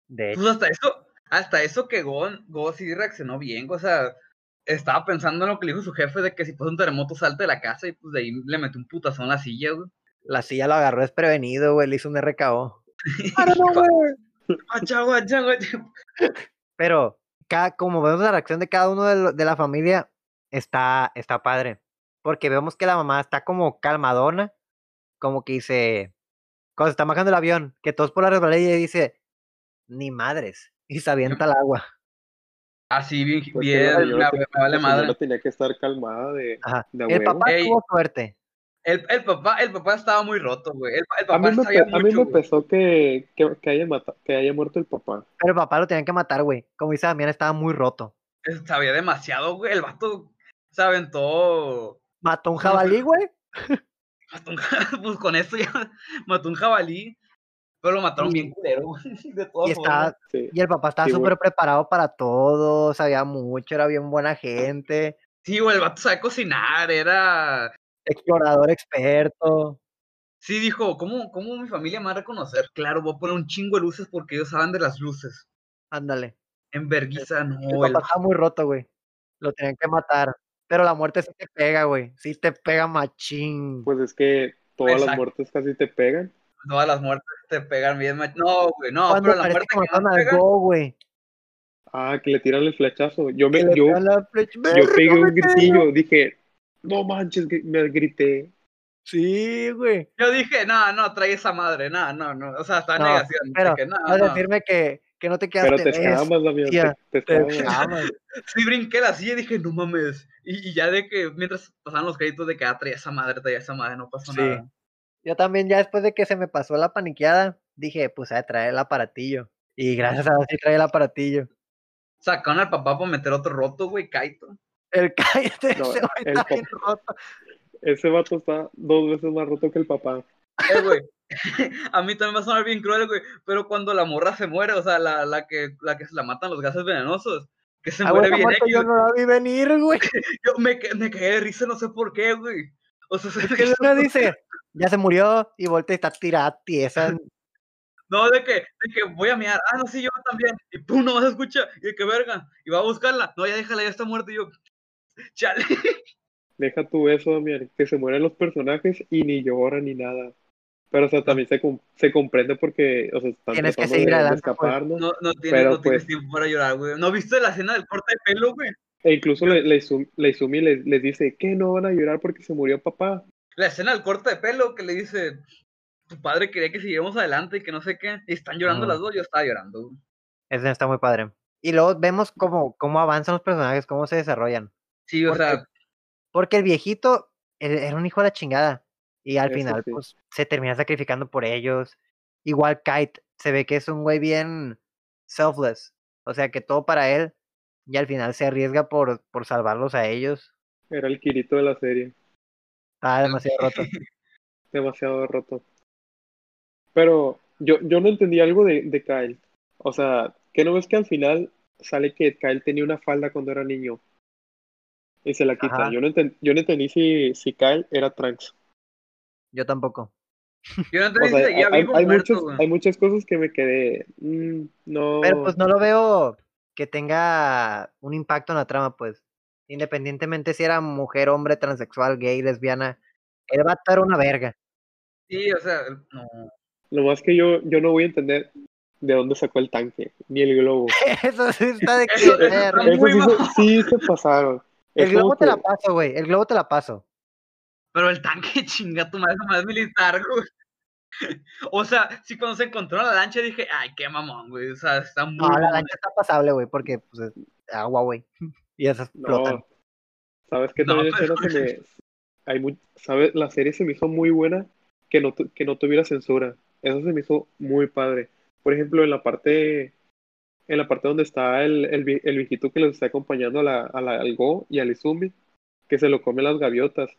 Speaker 1: De
Speaker 2: Pues hasta eso, hasta eso que Gon, Go sí reaccionó bien, o sea, estaba pensando en lo que le dijo su jefe de que si pasa un terremoto salte de la casa y pues de ahí le metió un putazón a la silla, güey.
Speaker 1: La silla lo agarró desprevenido, güey. Le hizo un RKO.
Speaker 2: (laughs) Guacha, guacha, guacha.
Speaker 1: Pero cada, como vemos la reacción de cada uno de, lo- de la familia, está, está padre. Porque vemos que la mamá está como calmadona, como que dice, cuando se está bajando el avión, que todos por la resbaladilla y dice, ni madres, y se avienta al agua.
Speaker 2: Así bien,
Speaker 3: Pues que la
Speaker 2: bien, me,
Speaker 3: señora
Speaker 2: me
Speaker 3: tenía-
Speaker 2: vale
Speaker 3: la señora
Speaker 2: madre.
Speaker 3: tenía que estar calmada de,
Speaker 1: Ajá.
Speaker 3: (laughs) de
Speaker 1: El
Speaker 3: huevo.
Speaker 1: papá
Speaker 2: Ey.
Speaker 1: tuvo suerte.
Speaker 2: El, el papá, el papá estaba muy roto, güey. El, pa- el
Speaker 3: A
Speaker 2: papá
Speaker 3: mí me,
Speaker 2: sabía
Speaker 3: pe- a mí
Speaker 2: mucho,
Speaker 3: me
Speaker 2: güey.
Speaker 3: pesó que, que, que haya mata- que haya muerto el papá.
Speaker 1: Pero el papá lo tenían que matar, güey. Como dice Damián, estaba muy roto.
Speaker 2: Eh, Sabía demasiado, güey. El vato se aventó.
Speaker 1: Mató un jabalí, güey.
Speaker 2: mató un ja- (laughs) pues con eso ya mató un jabalí. Pero lo mataron bien
Speaker 1: Y-
Speaker 2: culero, güey. De
Speaker 1: Pues Y,
Speaker 2: todas formas.
Speaker 1: estaba-
Speaker 3: Sí.
Speaker 1: y el papá estaba
Speaker 3: Sí, güey.
Speaker 1: súper preparado para todo, sabía mucho, era bien buena gente,
Speaker 2: Sí, güey, el vato sabe cocinar, era.
Speaker 1: explorador experto.
Speaker 2: Sí, dijo, ¿cómo, ¿cómo mi familia me va a reconocer? Claro, voy a poner un chingo de luces porque ellos saben de las luces.
Speaker 1: Ándale.
Speaker 2: En verguiza, no,
Speaker 1: El
Speaker 2: el
Speaker 1: papá está muy roto, güey. Lo tenían que matar. Pero la muerte sí te pega, güey. Sí te pega machín.
Speaker 3: Pues es que todas las
Speaker 2: Exacto.
Speaker 3: muertes casi te pegan.
Speaker 2: Todas las muertes te pegan bien, mach- No, güey, no,
Speaker 1: Cuando
Speaker 2: pero la
Speaker 1: parece
Speaker 2: muerte
Speaker 1: que
Speaker 2: que
Speaker 1: mataron
Speaker 2: más
Speaker 1: al
Speaker 2: pega,
Speaker 1: Go, güey.
Speaker 3: Ah, que le tiran el flechazo. Yo
Speaker 1: que
Speaker 3: me,
Speaker 1: le
Speaker 3: yo,
Speaker 1: pegan la flecha.
Speaker 3: yo
Speaker 1: ¡Verga,
Speaker 3: pegué un
Speaker 1: me pega!
Speaker 3: gritillo, dije, no manches, gr- me grité.
Speaker 1: Sí, güey.
Speaker 2: yo dije, no, no, trae esa madre, no, no, no, o sea, está en
Speaker 1: No,
Speaker 2: negación. de
Speaker 1: pero
Speaker 2: que no,
Speaker 1: Vas a
Speaker 2: no.
Speaker 1: decirme que, que no te
Speaker 3: Pero
Speaker 1: quedaste.
Speaker 3: te
Speaker 1: bestia,
Speaker 3: escamas, Damián,
Speaker 1: tía,
Speaker 3: te, te
Speaker 1: te
Speaker 3: escamas.
Speaker 1: escamas.
Speaker 2: Sí, brinqué la silla y dije, no mames. Y, y ya de que, mientras pasaban los créditos de que, ah, traía esa madre, traía esa madre, no pasó
Speaker 1: Sí.
Speaker 2: nada.
Speaker 1: Yo también, ya después de que se me pasó la paniqueada, dije, pues a traer el aparatillo. Y gracias a Dios sí trae el aparatillo.
Speaker 2: Sacaron al papá para meter otro roto, güey, Kaito.
Speaker 1: El (laughs) cállate,
Speaker 3: No,
Speaker 1: ese güey
Speaker 3: el
Speaker 1: está bien roto.
Speaker 3: Ese vato está dos veces más roto que el papá.
Speaker 2: Eh, güey. (laughs) a mí también va a sonar bien cruel, güey. Pero cuando la morra se muere, o sea, la, la, que, la que se la matan los gases venenosos, que se
Speaker 1: Ah, güey, esa
Speaker 2: muere bien.
Speaker 1: muerte
Speaker 2: X,
Speaker 1: yo
Speaker 2: güey,
Speaker 1: no la vi venir, güey.
Speaker 2: Yo me, ca- me caí de risa, no sé por qué, güey. O sea, (laughs) se me
Speaker 1: que
Speaker 2: hizo-
Speaker 1: uno dice, ya se murió y voltea y está tirada tiesa. en-
Speaker 2: (laughs) no, de que, de que voy a mirar. Ah, no, sí, yo también. Y pum, no se escucha. Y de que verga. Y va a buscarla. No, ya déjala, ya está muerta. Y yo, (laughs) chale.
Speaker 3: Deja tú eso, Damián, que se mueren los personajes y ni lloran ni nada. Pero, o sea, también se, com- se comprende porque, o sea, están
Speaker 1: Tienes que
Speaker 3: tratando
Speaker 1: seguir
Speaker 3: de, de
Speaker 1: adelante, pues.
Speaker 3: escapar, ¿no?
Speaker 2: No, no, tienes,
Speaker 3: Pero,
Speaker 2: no tienes
Speaker 3: pues-
Speaker 2: tiempo para llorar, güey. ¿No viste la escena del corte de pelo, güey?
Speaker 3: E incluso le, le, Izumi- le Izumi les, les dice que no van a llorar porque se murió papá.
Speaker 2: La escena del corte de pelo que le dice, tu padre quería que siguiéramos adelante y que no sé qué. Y están llorando
Speaker 1: Ajá.
Speaker 2: las dos, yo estaba llorando. güey.
Speaker 1: Ese está muy padre. Y luego vemos cómo, cómo avanzan los personajes, cómo se desarrollan.
Speaker 2: Sí, o
Speaker 1: Porque
Speaker 2: sea,
Speaker 1: Porque el viejito e- era un hijo de la chingada. Y al
Speaker 3: Eso
Speaker 1: final,
Speaker 3: sí.
Speaker 1: pues, se termina sacrificando por ellos. Igual Kite, se ve que es un güey bien selfless. O sea, que todo para él. Y al final se arriesga por, por salvarlos a ellos.
Speaker 3: Era el Kirito de la serie.
Speaker 1: Ah, demasiado roto.
Speaker 3: demasiado roto. Pero yo, yo no entendí algo de, de Kyle. O sea, que no ves que al final sale que Kyle tenía una falda cuando era niño y se la quita.
Speaker 1: Ajá.
Speaker 3: Yo no, enten- yo no entendí si, si Kyle era trans.
Speaker 1: yo tampoco.
Speaker 2: Yo no te
Speaker 3: O sea,
Speaker 2: dije,
Speaker 3: hay,
Speaker 2: ya
Speaker 3: hay-
Speaker 2: vivo
Speaker 3: hay
Speaker 2: muerto,
Speaker 3: muchas,
Speaker 2: güey.
Speaker 3: hay muchas cosas que me quedé. mm, no.
Speaker 1: Pero pues no lo veo que tenga un impacto en la trama, pues. Independientemente si era mujer, hombre, transexual, gay, lesbiana. El vato era una verga. (laughs)
Speaker 2: Sí, o sea, no.
Speaker 3: Lo más que yo, yo no voy a entender de dónde sacó el tanque, ni el
Speaker 1: (laughs)
Speaker 3: globo.
Speaker 1: Eso sí está de que
Speaker 2: Eso- eso está
Speaker 1: verga.
Speaker 2: muy
Speaker 3: Eso sí,
Speaker 2: mamón.
Speaker 3: se- sí se pasaron. Es
Speaker 1: El globo
Speaker 3: como
Speaker 1: te
Speaker 3: que-
Speaker 1: la paso, güey. El globo te la paso.
Speaker 2: Pero el tanque, (laughs) chinga tu madre, más militar, güey. (laughs) O sea, sí, cuando se encontró la lancha dije, ay, qué mamón, güey. O sea,
Speaker 3: Ah,
Speaker 2: está muy.
Speaker 1: No, la
Speaker 2: mamón.
Speaker 1: lancha está pasable, güey, porque pues, es agua, güey. (laughs) Y esas flotan.
Speaker 3: No. ¿Sabes qué?
Speaker 2: No, pues,
Speaker 3: También
Speaker 2: pero-
Speaker 3: escena se me- hay mu- ¿sabes? La serie se me hizo muy buena que no, tu- que no tuviera censura. Eso se me hizo muy padre. Por ejemplo, en la parte, en la parte donde está el, el, vi- el viejito que los está acompañando a la, a la- al Go y al Izumi, que se lo comen las gaviotas.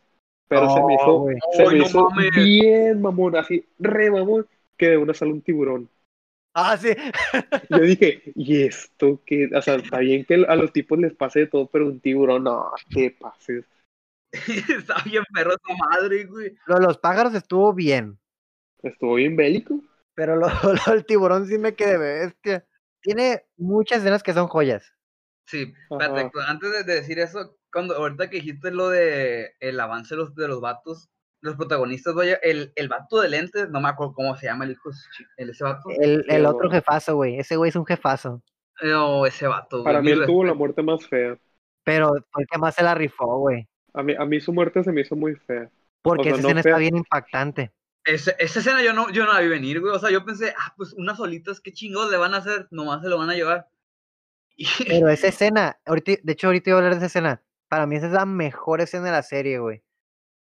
Speaker 3: Pero se me
Speaker 1: No,
Speaker 3: hizo,
Speaker 1: güey.
Speaker 3: se
Speaker 2: Ay,
Speaker 3: me
Speaker 2: Oh, no
Speaker 3: hizo
Speaker 2: mames.
Speaker 3: bien mamón, así re mamón, que de una sale un tiburón.
Speaker 1: Ah, sí. (laughs)
Speaker 3: Yo dije, ¿y esto qué? O sea, está bien que a los tipos les pase de todo, pero un tiburón, no, te pases.
Speaker 2: (laughs) Está bien perro esa madre, güey.
Speaker 1: Lo de los pájaros estuvo bien.
Speaker 3: Estuvo bien bélico.
Speaker 1: Pero lo, (laughs) lo del tiburón sí me quedé bestia. Tiene muchas escenas que son joyas.
Speaker 2: Sí, espérate,
Speaker 3: Ajá.
Speaker 2: cu- antes de, de decir eso, cuando ahorita que dijiste lo de el avance de los, de los vatos, los protagonistas, vaya, el, el vato de lentes, no me acuerdo cómo se llama el hijo, de su chi- el, ese vato,
Speaker 1: El, el otro
Speaker 3: bueno.
Speaker 1: jefazo, güey. Ese güey es un jefazo.
Speaker 2: eh, o ese vato, güey,
Speaker 3: Para mí
Speaker 2: mil
Speaker 3: él tuvo la
Speaker 2: respetos.
Speaker 3: muerte más fea.
Speaker 1: Pero fue el que más se la rifó, güey.
Speaker 3: A mí, a mí su muerte se me hizo muy fea.
Speaker 1: Porque
Speaker 3: sea,
Speaker 1: esa
Speaker 3: no
Speaker 1: escena
Speaker 3: fea.
Speaker 1: está bien
Speaker 3: (clears throat)
Speaker 1: impactante.
Speaker 2: Ese- esa escena yo no, yo no la vi venir, güey, o sea, yo pensé, ah, pues unas solitas, qué chingos le van a hacer, nomás se lo van a llevar. (laughs) Y-
Speaker 1: Pero esa escena, ahorita, de hecho, ahorita iba a hablar de esa escena. Para mí esa es la mejor escena de la serie, güey.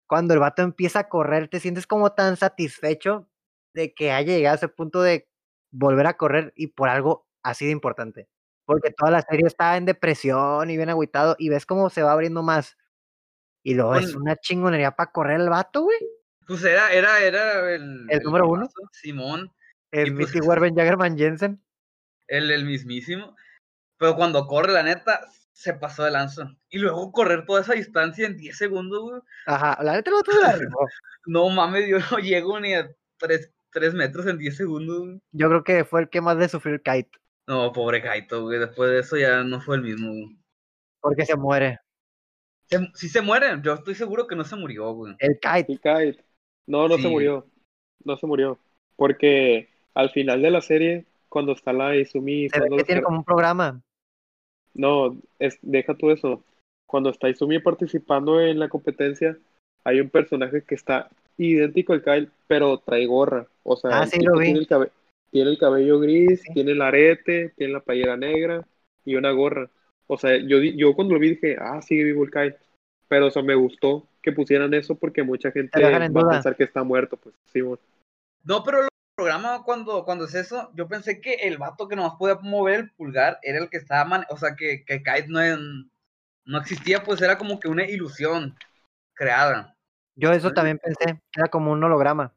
Speaker 1: Cuando el vato empieza a correr, te sientes como tan satisfecho de que haya llegado a ese punto de volver a correr y por algo así de importante. Porque toda la serie está en depresión y bien agüitado y ves cómo se va abriendo más. Y luego es
Speaker 2: Oye.
Speaker 1: una chingonería para correr el vato, güey.
Speaker 2: pues era, era, era el...
Speaker 1: ¿El número uno?
Speaker 2: jefazo, Simón,
Speaker 1: Es
Speaker 2: pues-
Speaker 1: Mitty Werben Jagerman Jensen.
Speaker 2: el, el mismísimo. Pero cuando corre, la neta, se pasó de lanza. Y luego correr toda esa distancia en 10 segundos, güey.
Speaker 1: Ajá, la neta el vato se la rifó.
Speaker 2: No mames, yo (laughs) no llego ni a 3, metros en 10 segundos. güey.
Speaker 1: Yo creo que fue el que más le sufrió el kite.
Speaker 2: No, pobre Kaito, güey. Después de eso ya no fue el mismo. güey.
Speaker 1: Porque se muere.
Speaker 2: Se mu- si se mueren, yo estoy seguro que no se murió, güey.
Speaker 1: El kite.
Speaker 3: Y Kite. No, no
Speaker 2: Sí.
Speaker 3: se murió. No se murió. Porque al final de la serie, cuando está la Izumi.
Speaker 1: Se ve
Speaker 3: cuando
Speaker 1: que tiene
Speaker 3: está-
Speaker 1: como un programa.
Speaker 3: No, es- deja tú eso. Cuando está Izumi participando en la competencia, hay un personaje que está idéntico al Kyle, pero trae gorra. O sea,
Speaker 1: Ah,
Speaker 3: el
Speaker 1: sí,
Speaker 3: tipo
Speaker 1: lo vi.
Speaker 3: Tiene el, cabe- tiene el cabello gris,
Speaker 1: Sí.
Speaker 3: tiene el arete, tiene la playera negra y una gorra. O sea, yo, di- yo cuando lo vi dije, ah, sigue vivo el Kyle. Pero, o sea, me gustó que pusieran eso porque mucha gente
Speaker 1: dejan en
Speaker 3: va a
Speaker 1: duda.
Speaker 3: pensar que está muerto. Pues sí, bueno.
Speaker 2: No, pero el programa, cuando, cuando es eso, yo pensé que el vato que nomás podía mover el pulgar era el que estaba. mane- o sea, que, que Kaito no, en- no existía, pues era como que una ilusión creada.
Speaker 1: Yo eso
Speaker 2: Oye.
Speaker 1: también pensé. que Era como un holograma.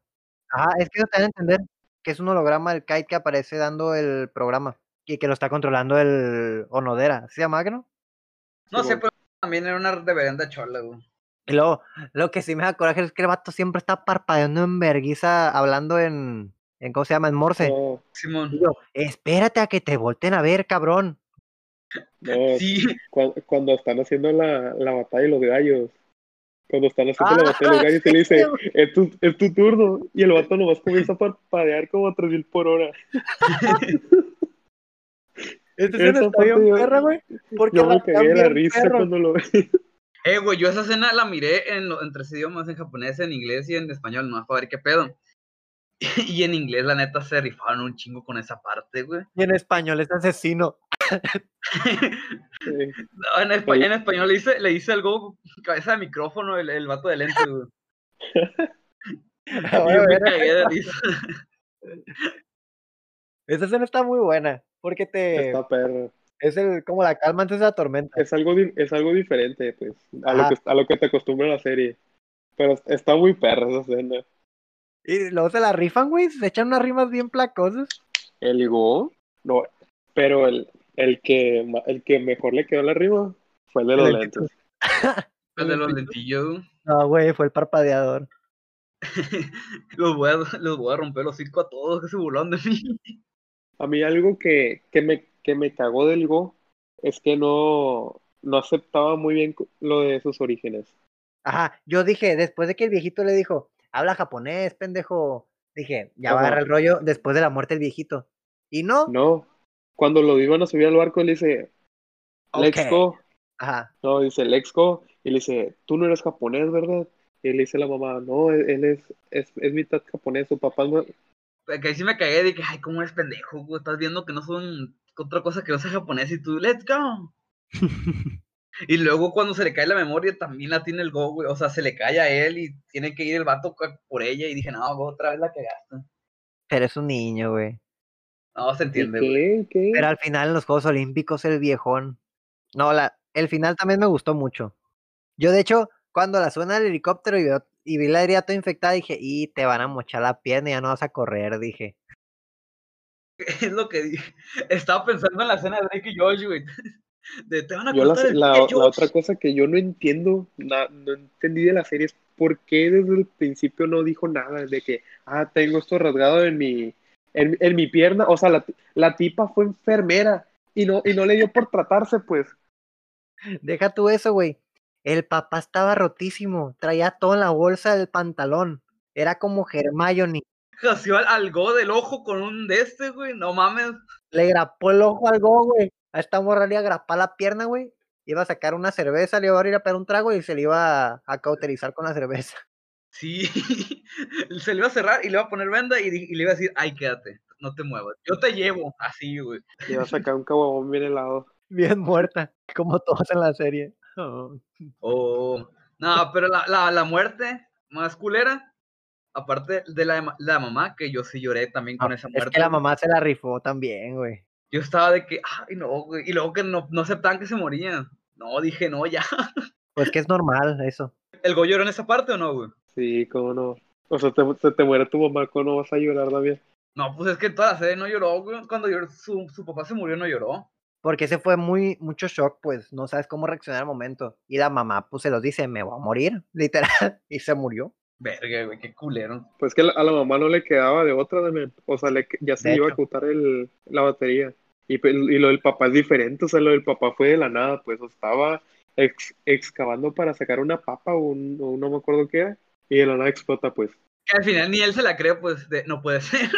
Speaker 1: Ajá, es que eso te dan a entender que es un holograma el kite que aparece dando el programa. Y que lo está controlando el Onodera. ¿Se llama que no?
Speaker 2: No sé,
Speaker 3: Simón.
Speaker 2: pero también era una reverenda chola, güey.
Speaker 1: Y luego, lo que sí me da coraje es que el vato siempre está parpadeando en verguiza, hablando en, en. ¿Cómo se llama? En Morse.
Speaker 3: No,
Speaker 2: Simón.
Speaker 1: Y yo, espérate a que te volteen a ver, cabrón.
Speaker 3: no,
Speaker 2: (laughs) Sí,
Speaker 3: cu- cuando están haciendo la, la batalla de los gallos. Cuando están haciendo la
Speaker 1: Ah,
Speaker 3: batalla de los gallos,
Speaker 1: (laughs)
Speaker 3: y le dice,
Speaker 1: sí, güey.
Speaker 3: es tu, es tu turno. Y el vato nomás comienza a parpadear como a 3000 por hora.
Speaker 1: Esta
Speaker 3: Esa
Speaker 1: escena está
Speaker 3: parte
Speaker 1: bien
Speaker 3: yo-
Speaker 1: perra,
Speaker 3: (laughs)
Speaker 1: güey. Porque
Speaker 3: Yo
Speaker 1: la
Speaker 3: me
Speaker 1: están
Speaker 3: cagué de la
Speaker 1: bien
Speaker 3: risa
Speaker 1: perro.
Speaker 3: cuando lo
Speaker 2: eh, güey, yo esa escena la miré en, lo- en tres idiomas, en japonés, en inglés y en español, no, para ver qué pedo. (laughs) Y en inglés, la neta, se rifaron un chingo con esa parte, güey. (laughs)
Speaker 1: Y en español es
Speaker 3: (laughs)
Speaker 1: asesino.
Speaker 3: Eh,
Speaker 2: No, en, espa-
Speaker 3: Oye.
Speaker 2: en español le hice, le hice algo cabeza de micrófono, el, el vato de lente,
Speaker 1: (laughs)
Speaker 2: güey.
Speaker 3: Ah,
Speaker 1: A
Speaker 2: Y yo me
Speaker 1: ver,
Speaker 2: cagué
Speaker 1: (laughs)
Speaker 2: de risa.
Speaker 1: Esa escena está muy buena. Porque te.
Speaker 3: Está perro.
Speaker 1: Es el, como la calma antes de la tormenta.
Speaker 3: Es algo, di- es algo diferente, pues, a lo,
Speaker 1: Ajá.
Speaker 3: que, a lo que te acostumbra la serie. Pero está muy perra esa escena.
Speaker 1: Y luego se la rifan, güey. Se echan unas rimas bien placosas.
Speaker 3: El Go, no, pero el, el, que, ma- el que mejor le quedó la rima fue el de los
Speaker 1: El que-
Speaker 3: lentes.
Speaker 2: El de los lentillos. (laughs)
Speaker 1: No, güey, fue el parpadeador.
Speaker 2: Los voy, a, los voy a romper los cinco a todos que se burlaron de mí.
Speaker 3: A mí algo que, que, me, que me cagó del Go es que no, no aceptaba muy bien cu- lo de sus orígenes.
Speaker 1: Ajá, yo dije, después de que el viejito le dijo, habla japonés, pendejo. Dije, ya va a
Speaker 3: Ajá.
Speaker 1: agarrar el rollo después de la muerte del viejito. Y no,
Speaker 3: No, cuando lo iban a subir al barco, le dice, Let's
Speaker 1: Ok.
Speaker 3: go.
Speaker 1: ajá,
Speaker 3: No, dice Let's go. Y le dice, tú no eres japonés, ¿verdad? Y le dice la mamá, no, e-, él, él es, es, es mitad japonés, su papá es... nue-
Speaker 2: eh, Que ahí sí me cagué. Dije, ay, cómo eres pendejo, güey. Estás viendo que no son otra cosa que no sea japonés y tú,
Speaker 3: (laughs)
Speaker 2: let's go. y luego cuando se le cae la memoria, también la tiene el go, güey. O sea, se le cae a él y tiene que ir el vato ca- por ella. Y dije, no, güey, otra vez la cagaste.
Speaker 1: pero es un niño, güey.
Speaker 2: No, se
Speaker 3: ¿Y
Speaker 2: entiende, güey. (laughs)
Speaker 3: qué? ¿Qué?
Speaker 1: Pero al final en los Juegos Olímpicos el viejón. No, la, el final también me gustó mucho. Yo de hecho, cuando la suena el helicóptero y, veo- y vi la herida toda infectada, dije, y te van a mochar la pierna y ya no vas a correr, dije.
Speaker 2: Es lo que dije. Estaba pensando en la escena de Drake y George, güey. (laughs) De, te van a
Speaker 3: Yo la,
Speaker 2: cortar el
Speaker 3: la-
Speaker 2: pie,
Speaker 3: la
Speaker 2: George".
Speaker 3: otra cosa que yo no entiendo, na- no entendí de la serie es por qué desde el principio no dijo nada de que, ah, tengo esto rasgado en mi, en, en mi pierna. O sea, la, la tipa fue enfermera y no, y no le dio por tratarse, pues.
Speaker 1: Deja tú eso, güey. El papá estaba rotísimo, traía todo en la bolsa del pantalón. Era como Hermione.
Speaker 2: (laughs) Jació al, al go del ojo con un de este, güey. No mames.
Speaker 1: Le grapó el ojo al go, güey. A esta morra le iba a grapar la pierna, güey. Iba a sacar una cerveza, le iba a abrir a pegar un trago y se le iba a, a cauterizar con la cerveza.
Speaker 2: Sí. (laughs) Se le iba a cerrar y le iba a poner venda y, di- y le iba a decir, ay, quédate, no te muevas. Yo te llevo. Así, güey.
Speaker 3: Y va a sacar un caguamón bien helado.
Speaker 1: Bien muerta, como todos en la serie. Oh.
Speaker 2: Oh. No, pero la, la, la muerte más culera, aparte de la, de ma- la mamá, que yo sí lloré también con
Speaker 1: Ah,
Speaker 2: esa
Speaker 1: Es
Speaker 2: muerte.
Speaker 1: que la
Speaker 2: güey.
Speaker 1: mamá se la rifó también, güey.
Speaker 2: Yo estaba de que, ay, no, güey. Y luego que no, no aceptaban que se morían. No, dije, no, ya. (laughs)
Speaker 1: Pues que es normal eso.
Speaker 2: ¿El go lloró en esa parte o no, güey?
Speaker 3: Sí, cómo no. O sea, te, se te muere tu mamá, ¿cómo no vas a llorar también?
Speaker 2: No, pues es que en toda la serie no lloró, güey. Cuando lloró- su, su papá se murió, no lloró.
Speaker 1: Porque ese fue muy, mucho shock, pues no sabes cómo reaccionar al momento. Y la mamá, pues se los dice, me voy a morir, (laughs) literal. Y se murió.
Speaker 2: Verga, güey, qué culero.
Speaker 3: Pues que la- a la mamá no le quedaba de otra, Damián. O sea, le, que- ya se
Speaker 1: De
Speaker 3: le iba a
Speaker 1: hecho.
Speaker 3: quitar el, la batería. Y, pe- y lo del papá es diferente, o sea, lo del papá fue de la nada, pues o estaba ex- excavando para sacar una papa o, un, o no me acuerdo qué era, y de la nada explota, pues.
Speaker 2: Que al final ni él se la cree, pues de- no puede (laughs) ser.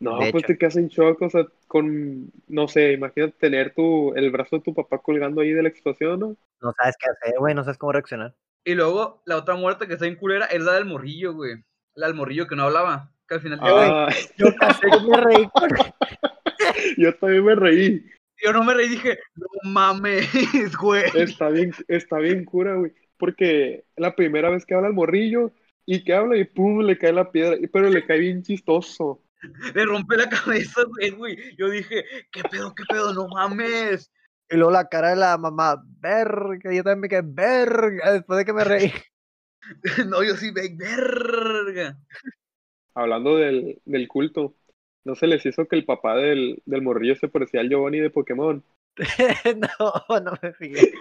Speaker 3: No,
Speaker 1: De
Speaker 3: pues
Speaker 1: hecho.
Speaker 3: te quedas en shock, o sea, con, no sé, imagínate tener tu, el brazo de tu papá colgando ahí de la explosión, ¿no?
Speaker 1: No sabes qué hacer, güey, no sabes cómo reaccionar.
Speaker 2: y luego la otra muerte que está en culera es la del morrillo, güey. La del morrillo que no hablaba. Que al final yo,
Speaker 1: güey.
Speaker 3: Ah, (laughs)
Speaker 1: Yo casi me (laughs) reí con-
Speaker 3: yo también me reí.
Speaker 2: yo no me reí, dije, no mames, (laughs) güey.
Speaker 3: Está bien, está bien cura, güey. Porque la primera vez que habla el morrillo y que habla y pum, le cae la piedra, y- pero le cae bien chistoso.
Speaker 2: Le rompe la cabeza, güey, güey. Yo dije, qué pedo, qué pedo, no mames. (laughs)
Speaker 1: Y luego la cara de la mamá, verga, yo también me quedé, verga, después de que me reí. (laughs)
Speaker 2: no, yo sí, ve- verga.
Speaker 3: Hablando del, del culto, ¿no se les hizo que el papá del, del morrillo se parecía al Giovanni de Pokémon?
Speaker 1: no, no me fijé.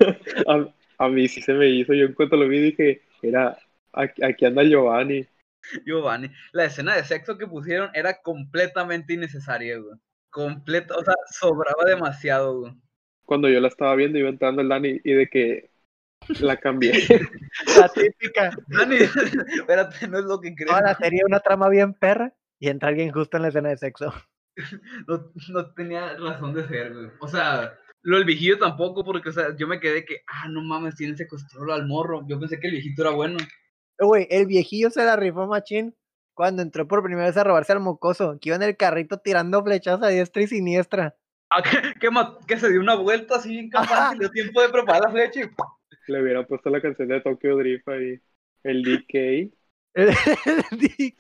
Speaker 3: A, a mí sí se me hizo, yo en cuanto lo vi dije, era, aquí, aquí anda el Giovanni.
Speaker 2: Giovanni. La escena de sexo que pusieron era completamente innecesaria, güey. Completa, o sea, sobraba demasiado, güey.
Speaker 3: Cuando yo la estaba viendo iba entrando el Dani y de que la cambié.
Speaker 1: La (laughs) típica.
Speaker 2: Dani, Ah, (laughs) espérate, no es lo que crees.
Speaker 1: Ahora sería una trama bien perra y entra alguien justo en la escena de sexo.
Speaker 2: no, no tenía razón de ser, güey. O sea, lo del viejillo tampoco, porque, o sea, yo me quedé que, ah, no mames, tienen secuestrado al morro. Yo pensé que el viejito era bueno.
Speaker 1: Eh, Güey, el viejillo se la rifó machín cuando entró por primera vez a robarse al mocoso, que iba en el carrito tirando flechazos a diestra y siniestra. (laughs)
Speaker 2: Ah, que, que, ma- que se dio una vuelta así bien capaz, y le dio tiempo de preparar la flecha y ¡pum!
Speaker 3: Le hubiera puesto la canción de Tokyo Drift ahí, el DK.
Speaker 1: Di-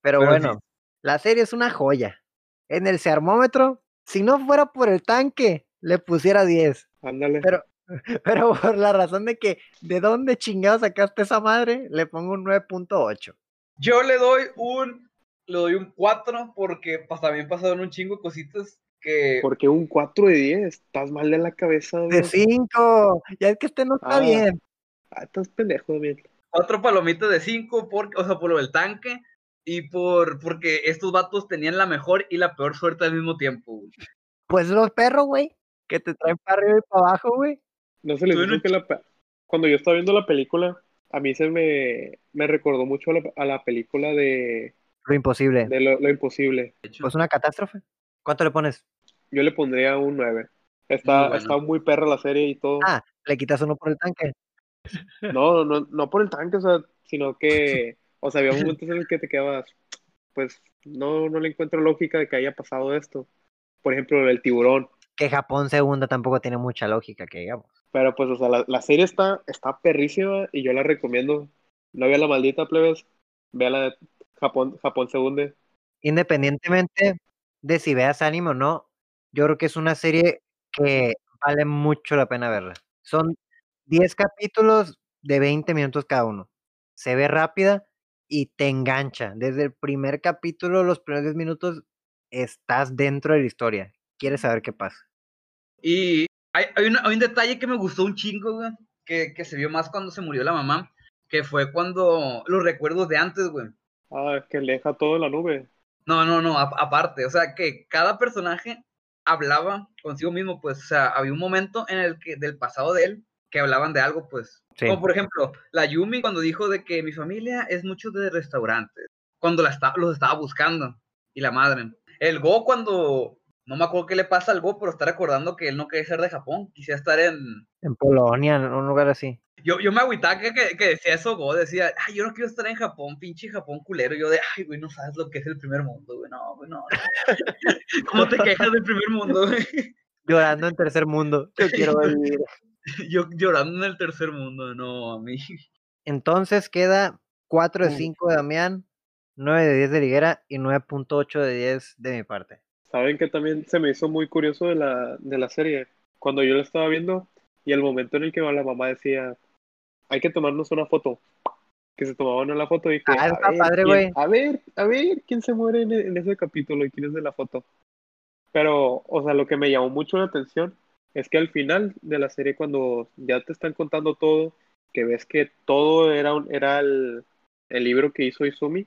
Speaker 1: Pero
Speaker 2: Pero sí.
Speaker 1: bueno, la serie es una joya. En el sermómetro, si no fuera por el tanque, le pusiera 10.
Speaker 3: Ándale.
Speaker 1: Pero (laughs) Pero por la razón de que, ¿de dónde chingado sacaste esa madre? Le pongo un 9.8.
Speaker 2: Yo le doy un. Le doy un 4 porque pas- también pasaron un chingo de cositas que.
Speaker 3: Porque un 4 de 10, estás mal de la cabeza,
Speaker 1: De
Speaker 3: Damián.
Speaker 1: 5. Ya es que este no está
Speaker 3: Ah.
Speaker 1: bien.
Speaker 3: Ah, estás pendejo, Damián.
Speaker 2: Cuatro palomitas de 5, porque, o sea, por lo del tanque. Y por porque estos vatos tenían la mejor y la peor suerte al mismo tiempo. güey.
Speaker 1: Pues los perros, güey, que te traen para arriba y para abajo, güey.
Speaker 3: No se les
Speaker 2: Tuvieron
Speaker 3: dijo que la pe- cuando yo estaba viendo la película, a mí se me, me recordó mucho a la, a la película de,
Speaker 1: Lo imposible.
Speaker 3: de lo, Lo imposible.
Speaker 2: De hecho,
Speaker 1: Pues una catástrofe. ¿Cuánto le pones?
Speaker 3: Yo le pondría un 9. Está,
Speaker 2: Muy bueno.
Speaker 3: está muy perra la serie y todo.
Speaker 1: Ah, le quitas uno por el tanque.
Speaker 3: No, no, no por el tanque, o sea, sino que, o sea, había momentos en los que te quedabas, pues, no, no le encuentro lógica de que haya pasado esto. Por ejemplo, el tiburón.
Speaker 1: Que Japón segunda tampoco tiene mucha lógica, que digamos.
Speaker 3: Pero pues, o sea, la, la serie está, está perrísima y yo la recomiendo. No vea la maldita plebes, vea la de Japón, Japón se hunde.
Speaker 1: Independientemente de si veas anime o no, yo creo que es una serie que vale mucho la pena verla. Son 10 capítulos de 20 minutos cada uno. Se ve rápida y te engancha. Desde el primer capítulo, los primeros 10 minutos, estás dentro de la historia. Quieres saber qué pasa.
Speaker 2: Y hay, hay una- hay un detalle que me gustó un chingo, güey, que, que se vio más cuando se murió la mamá, que fue cuando los recuerdos de antes, güey.
Speaker 3: Ah, es que le deja todo en la nube.
Speaker 2: No, no, no, a- aparte, o sea, que cada personaje hablaba consigo mismo, pues, o sea, había un momento en el que del pasado de él que hablaban de algo, pues.
Speaker 1: Sí.
Speaker 2: Como por ejemplo, la Yumi cuando dijo de que mi familia es mucho de restaurantes, cuando la esta- los estaba buscando y la madre. El Go cuando no me acuerdo qué le pasa al Go, pero está recordando que él no quería ser de Japón, quisiera estar en
Speaker 1: En Polonia, en un lugar así.
Speaker 2: yo, yo me agüitaba que, que, que decía eso, Go, decía, ay, yo no quiero estar en Japón, pinche Japón culero. Yo de, ay, güey, no sabes lo que es el primer mundo, güey, no, güey, no. no". (laughs) ¿Cómo te quejas del primer mundo, güey?
Speaker 1: Llorando en tercer mundo. Yo quiero vivir.
Speaker 2: (laughs) Yo llorando en el tercer mundo, no, a mí.
Speaker 1: Entonces queda 4 de
Speaker 3: Mm.
Speaker 1: 5 de Damián, 9 de 10 de Liguera y 9.8 de 10 de mi parte.
Speaker 3: ¿Saben que también se me hizo muy curioso de la, de la serie? Cuando yo la estaba viendo y el momento en el que la mamá decía, hay que tomarnos una foto. Que se tomaban una la foto y dije,
Speaker 1: Ah,
Speaker 3: a
Speaker 1: está
Speaker 3: ver,
Speaker 1: padre,
Speaker 3: quién-
Speaker 1: güey.
Speaker 3: a ver, a ver quién se muere en, en ese capítulo y quién es de la foto. Pero, o sea, lo que me llamó mucho la atención es que al final de la serie, cuando ya te están contando todo, que ves que todo era, un- era el, el libro que hizo Izumi,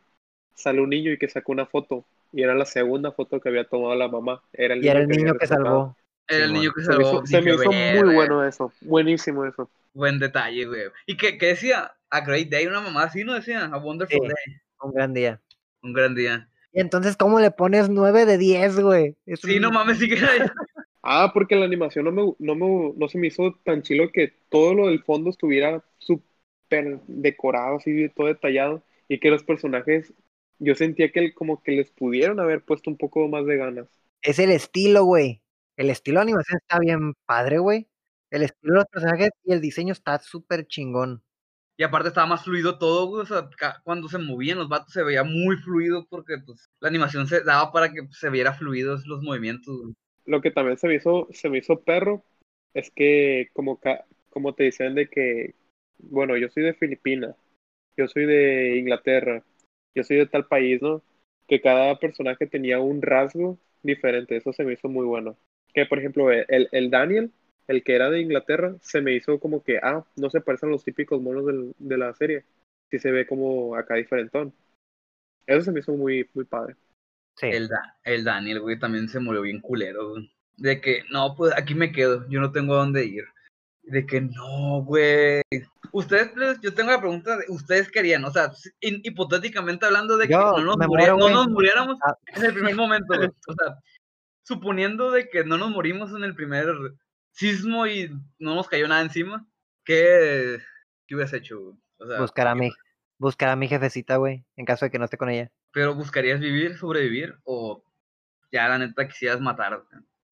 Speaker 3: sale un niño y que sacó una foto. Y era la segunda foto que había tomado la mamá. Era el
Speaker 1: Y era el
Speaker 3: había
Speaker 1: niño que
Speaker 3: rescatado.
Speaker 1: salvó.
Speaker 2: Era el
Speaker 1: Simón.
Speaker 2: niño que
Speaker 3: Se me
Speaker 2: salvó.
Speaker 3: hizo, se me
Speaker 2: dije,
Speaker 3: hizo
Speaker 2: "Verga,
Speaker 3: muy bueno eso. Buenísimo eso.
Speaker 2: Buen detalle, güey. ¿Y qué, qué decía? A Great Day, una mamá así, ¿no decía? A Wonderful
Speaker 1: Sí.
Speaker 2: Day,
Speaker 1: Un gran día.
Speaker 2: un gran día.
Speaker 1: Y entonces, ¿cómo le pones 9 de 10, güey? Es
Speaker 2: Sí, no
Speaker 1: un-
Speaker 2: mames, sí que era-
Speaker 3: Ah, porque la animación no, me, no, me- no se me hizo tan chilo que todo lo del fondo estuviera súper decorado, así todo detallado. Y que los personajes, yo sentía que el- como que les pudieron haber puesto un poco más de ganas.
Speaker 1: Es el estilo, güey. El estilo de animación está bien padre, güey. El estilo de los personajes y el diseño está súper chingón.
Speaker 2: Y aparte estaba más fluido todo, güey. O sea, ca- cuando se movían los vatos se veía muy fluido porque pues, la animación se daba para que se viera fluidos los movimientos. güey.
Speaker 3: Lo que también se me hizo, se me hizo perro es que como, ca- como te dicen de que, bueno, yo soy de Filipinas, yo soy de Inglaterra, yo soy de tal país, ¿no? Que cada personaje tenía un rasgo diferente, eso se me hizo muy bueno. Que por ejemplo, e- el, el Daniel, el que era de Inglaterra, se me hizo como que, ah, no se parecen a los típicos monos del- de la serie, sí se ve como acá diferentón. Eso se me hizo muy, muy padre.
Speaker 1: Sí.
Speaker 2: El, Da- el Daniel, güey, también se murió bien culero, güey. De que, no, pues aquí me quedo, yo no tengo a dónde ir. De que, no, güey. Ustedes, plebes, yo tengo la pregunta de, ¿ustedes querían? O sea, si- hi- hipotéticamente hablando de que
Speaker 1: Yo
Speaker 2: no nos,
Speaker 1: me
Speaker 2: murie-
Speaker 1: muero,
Speaker 2: no
Speaker 1: güey.
Speaker 2: nos muriéramos
Speaker 1: Ah.
Speaker 2: en el primer momento,
Speaker 1: (laughs)
Speaker 2: güey. O sea, suponiendo de que no nos morimos en el primer sismo y no nos cayó nada encima, ¿qué, qué hubieras hecho, güey? O sea,
Speaker 1: Buscar a mi, buscar a mi jefecita, güey, en caso de que no esté con ella.
Speaker 2: ¿pero buscarías vivir, sobrevivir o ya la neta quisieras matar?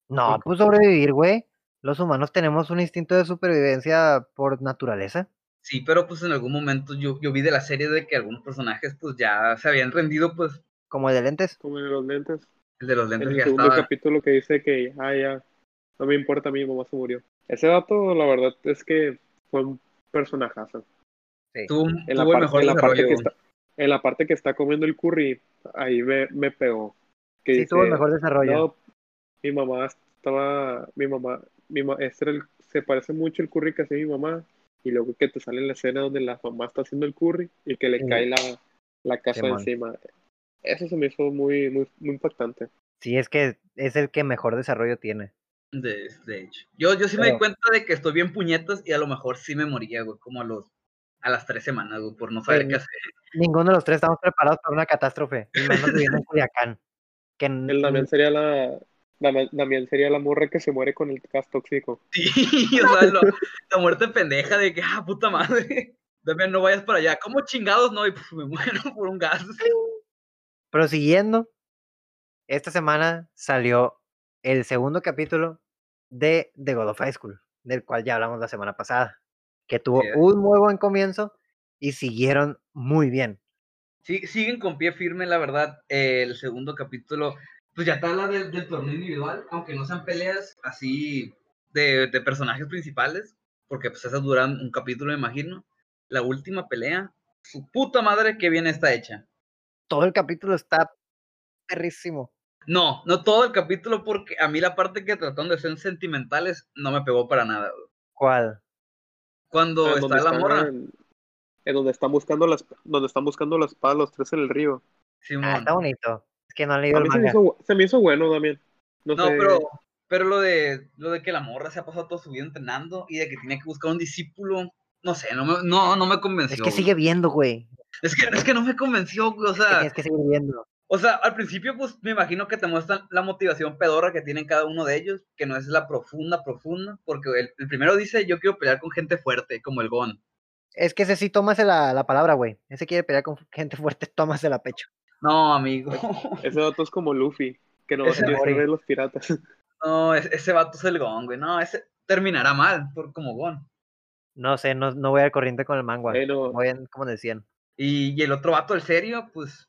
Speaker 1: No,
Speaker 2: Ok.
Speaker 1: pues sobrevivir, güey. Los humanos tenemos un instinto de supervivencia por naturaleza.
Speaker 2: Sí, pero pues en algún momento yo, yo vi de la serie de que algunos personajes pues ya se habían rendido, pues
Speaker 1: Como el de lentes.
Speaker 3: Como en los lentes.
Speaker 2: el de los
Speaker 3: En
Speaker 2: lentes
Speaker 3: el
Speaker 2: ya
Speaker 3: segundo
Speaker 2: estaba.
Speaker 3: capítulo que dice que, ah, ya, no me importa, mi mamá se murió. Ese dato, la verdad, es que fue un personajazo.
Speaker 1: Sí.
Speaker 2: Tuvo,
Speaker 3: En la,
Speaker 2: tuvo el
Speaker 3: par-
Speaker 2: mejor
Speaker 3: en la parte
Speaker 2: desarrollo.
Speaker 3: que está, en la parte que está comiendo el curry, ahí me, me pegó. Que
Speaker 1: Sí, tuvo el
Speaker 3: dice,
Speaker 1: mejor desarrollo.
Speaker 3: "No, mi mamá estaba, mi mamá, mi ma- este era el- se parece mucho el curry que hacía mi mamá, y luego que te sale en la escena donde la mamá está haciendo el curry y que le
Speaker 1: Sí.
Speaker 3: cae la, la casa
Speaker 1: Simón.
Speaker 3: encima. Eso se me hizo muy, muy, muy impactante.
Speaker 1: Sí, es que es el que mejor desarrollo tiene.
Speaker 2: De, de hecho. Yo, yo sí me di
Speaker 1: Pero-
Speaker 2: cuenta de que estoy bien puñetas y a lo mejor sí me moría, güey, como a los a las tres semanas, güey, por no saber
Speaker 1: Sí.
Speaker 2: qué hacer. (laughs)
Speaker 1: Ninguno de los tres estamos preparados para una catástrofe. y menos viviendo en Culiacán. Que n-
Speaker 3: El Damián sería la, Damián, Damián sería la morra que se muere con el gas tóxico.
Speaker 2: Sí, o sea, lo- la muerte pendeja de que, ah, puta madre. (laughs) Damián, no vayas para allá. ¿Cómo chingados no? Y pues me (laughs) muero por un gas.
Speaker 1: Pero siguiendo, esta semana salió el segundo capítulo de The God of High School, del cual ya hablamos la semana pasada, que tuvo
Speaker 2: Así es.
Speaker 1: un muy buen comienzo y siguieron muy bien.
Speaker 2: Sí, siguen con pie firme, la verdad. eh, el segundo capítulo, pues ya está la del, del torneo individual, aunque no sean peleas así de, de personajes principales, porque pues esas duran un capítulo, me imagino. La última pelea, su puta madre que bien está hecha.
Speaker 1: Todo el capítulo está perrísimo.
Speaker 2: No, no todo el capítulo, porque a mí la parte que trataron de ser sentimentales no me pegó para nada. güey.
Speaker 1: ¿Cuál?
Speaker 2: Cuando
Speaker 3: Ah, en
Speaker 2: Oh, está la
Speaker 3: están
Speaker 2: morra,
Speaker 3: en- en donde están buscando las, donde están buscando las espada los tres en el río.
Speaker 1: Ah,
Speaker 2: Simón.
Speaker 1: está bonito. Es que no he leído
Speaker 3: A
Speaker 1: el
Speaker 3: mí se me
Speaker 1: manga.
Speaker 3: hizo, bu- se me hizo bueno también. No,
Speaker 2: No,
Speaker 3: sé,
Speaker 2: pero, pero lo de lo de que la morra se ha pasado toda su vida entrenando y de que tiene que buscar un discípulo, no sé, no me, no, no me convenció.
Speaker 1: Es que
Speaker 2: güey.
Speaker 1: sigue viendo, güey.
Speaker 2: es que, es que no me convenció, güey, o
Speaker 1: que
Speaker 2: sea,
Speaker 1: Tienes que seguir viendo.
Speaker 2: o sea, al principio pues me imagino que te muestran la motivación pedorra que tienen cada uno de ellos, que no es la profunda, profunda, porque el, el primero dice yo quiero pelear con gente fuerte, como el Gon.
Speaker 1: Es que ese sí, tómase la, la palabra, güey. Ese quiere pelear con gente fuerte, (laughs) tómase la pecho.
Speaker 2: No, amigo,
Speaker 3: ese dato es como Luffy, que no
Speaker 2: Ese
Speaker 3: quiere
Speaker 1: Mori.
Speaker 3: ver los piratas.
Speaker 2: (laughs) no, es- ese vato es el Gon, güey, no, ese terminará mal, por, como Gon.
Speaker 1: No sé, no, no voy al corriente con el manga.
Speaker 3: Eh, no,
Speaker 1: Voy en, como decían.
Speaker 2: Y, y el otro vato, el serio, pues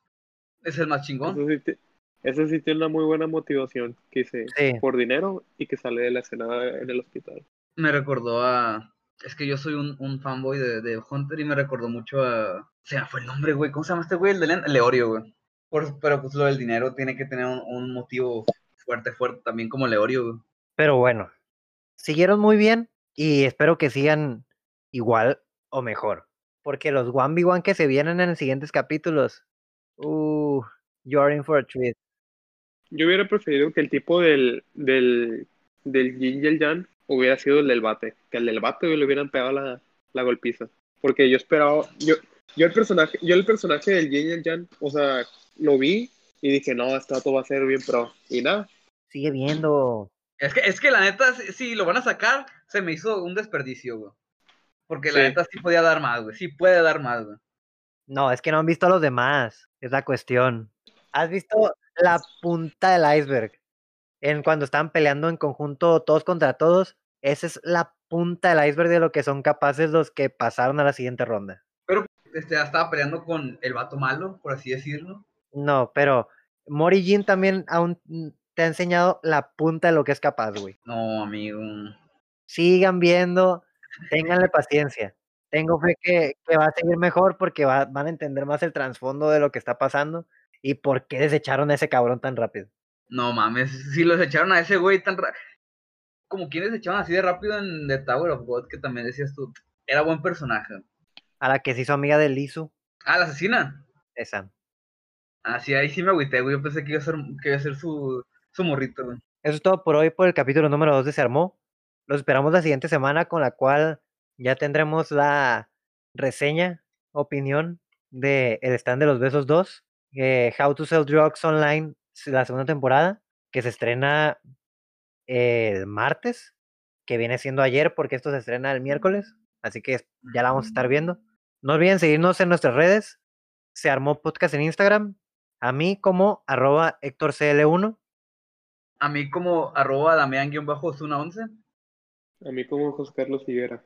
Speaker 2: es el más chingón.
Speaker 3: ese, sí, ti- ese sí tiene una muy buena motivación, que dice,
Speaker 1: Sí.
Speaker 3: por dinero y que sale de la escena en el hospital.
Speaker 2: Me recordó a. Es que yo soy un, un fanboy de, de Hunter y me recordó mucho a. O sea, fue el nombre, güey. ¿Cómo se llama este güey? El de Len- Leorio, güey. Por- pero pues lo del dinero tiene que tener un, un motivo fuerte, fuerte, también como Leorio, güey.
Speaker 1: Pero bueno, siguieron muy bien y espero que sigan igual o mejor. Porque los 1v1 que se vienen en los siguientes capítulos, uh, you're in for a treat.
Speaker 3: Yo hubiera preferido que el tipo del, del, del Jin y el Jan hubiera sido el del bate, que el del bate le hubieran pegado la, la golpiza. Porque yo esperaba, yo, yo el personaje, yo el personaje del Jin y el Jan, o sea, lo vi y dije, no, este dato va a ser bien pro. Y nada,
Speaker 1: Sigue viendo.
Speaker 2: Es que, es que la neta, si, si lo van a sacar, se me hizo un desperdicio, güey. Porque la
Speaker 3: Sí.
Speaker 2: neta sí podía dar más, güey. Sí puede dar más, güey.
Speaker 1: No, es que no han visto a los demás. Es la cuestión. ¿Has visto la punta del iceberg? En cuando están peleando en conjunto todos contra todos, esa es la punta del iceberg de lo que son capaces los que pasaron a la siguiente ronda.
Speaker 2: Este, ya estaba peleando con el vato malo, por así decirlo.
Speaker 1: No, pero Mori Jin también aún mm, te ha enseñado la punta de lo que es capaz, güey.
Speaker 2: No, amigo.
Speaker 1: Sigan viendo, ténganle paciencia. Tengo fe que, que va a seguir mejor porque va- van a entender más el trasfondo de lo que está pasando y por qué desecharon a ese cabrón tan rápido.
Speaker 2: No mames, si los echaron a ese güey tan ra- como quienes echaron así de rápido en The Tower of God, que también decías tú, era buen personaje.
Speaker 1: A la que se hizo amiga de Lizu,
Speaker 2: Ah, la asesina.
Speaker 1: esa.
Speaker 2: Ah, sí, ahí sí me agüité, güey. Yo pensé que iba a ser, que iba a ser su, su morrito, güey.
Speaker 1: Eso es todo por hoy por el capítulo número 2 de Se Armó. Los esperamos la siguiente semana con la cual ya tendremos la reseña, opinión de El Stand de los Besos 2, eh, How to Sell Drugs Online, s- la segunda temporada, que se estrena el martes, que viene siendo ayer porque esto se estrena el miércoles, así que es- ya la vamos a estar viendo. No olviden seguirnos en nuestras redes. Se armó podcast en Instagram, a mí como arroba HectorCL1.
Speaker 2: A mí como arroba damián-zuna11.
Speaker 3: a mí como José Carlos Higuera.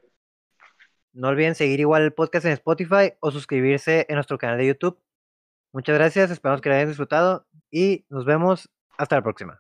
Speaker 1: No olviden seguir igual el podcast en Spotify o suscribirse en nuestro canal de YouTube. Muchas gracias, esperamos que lo hayan disfrutado y nos vemos hasta la próxima.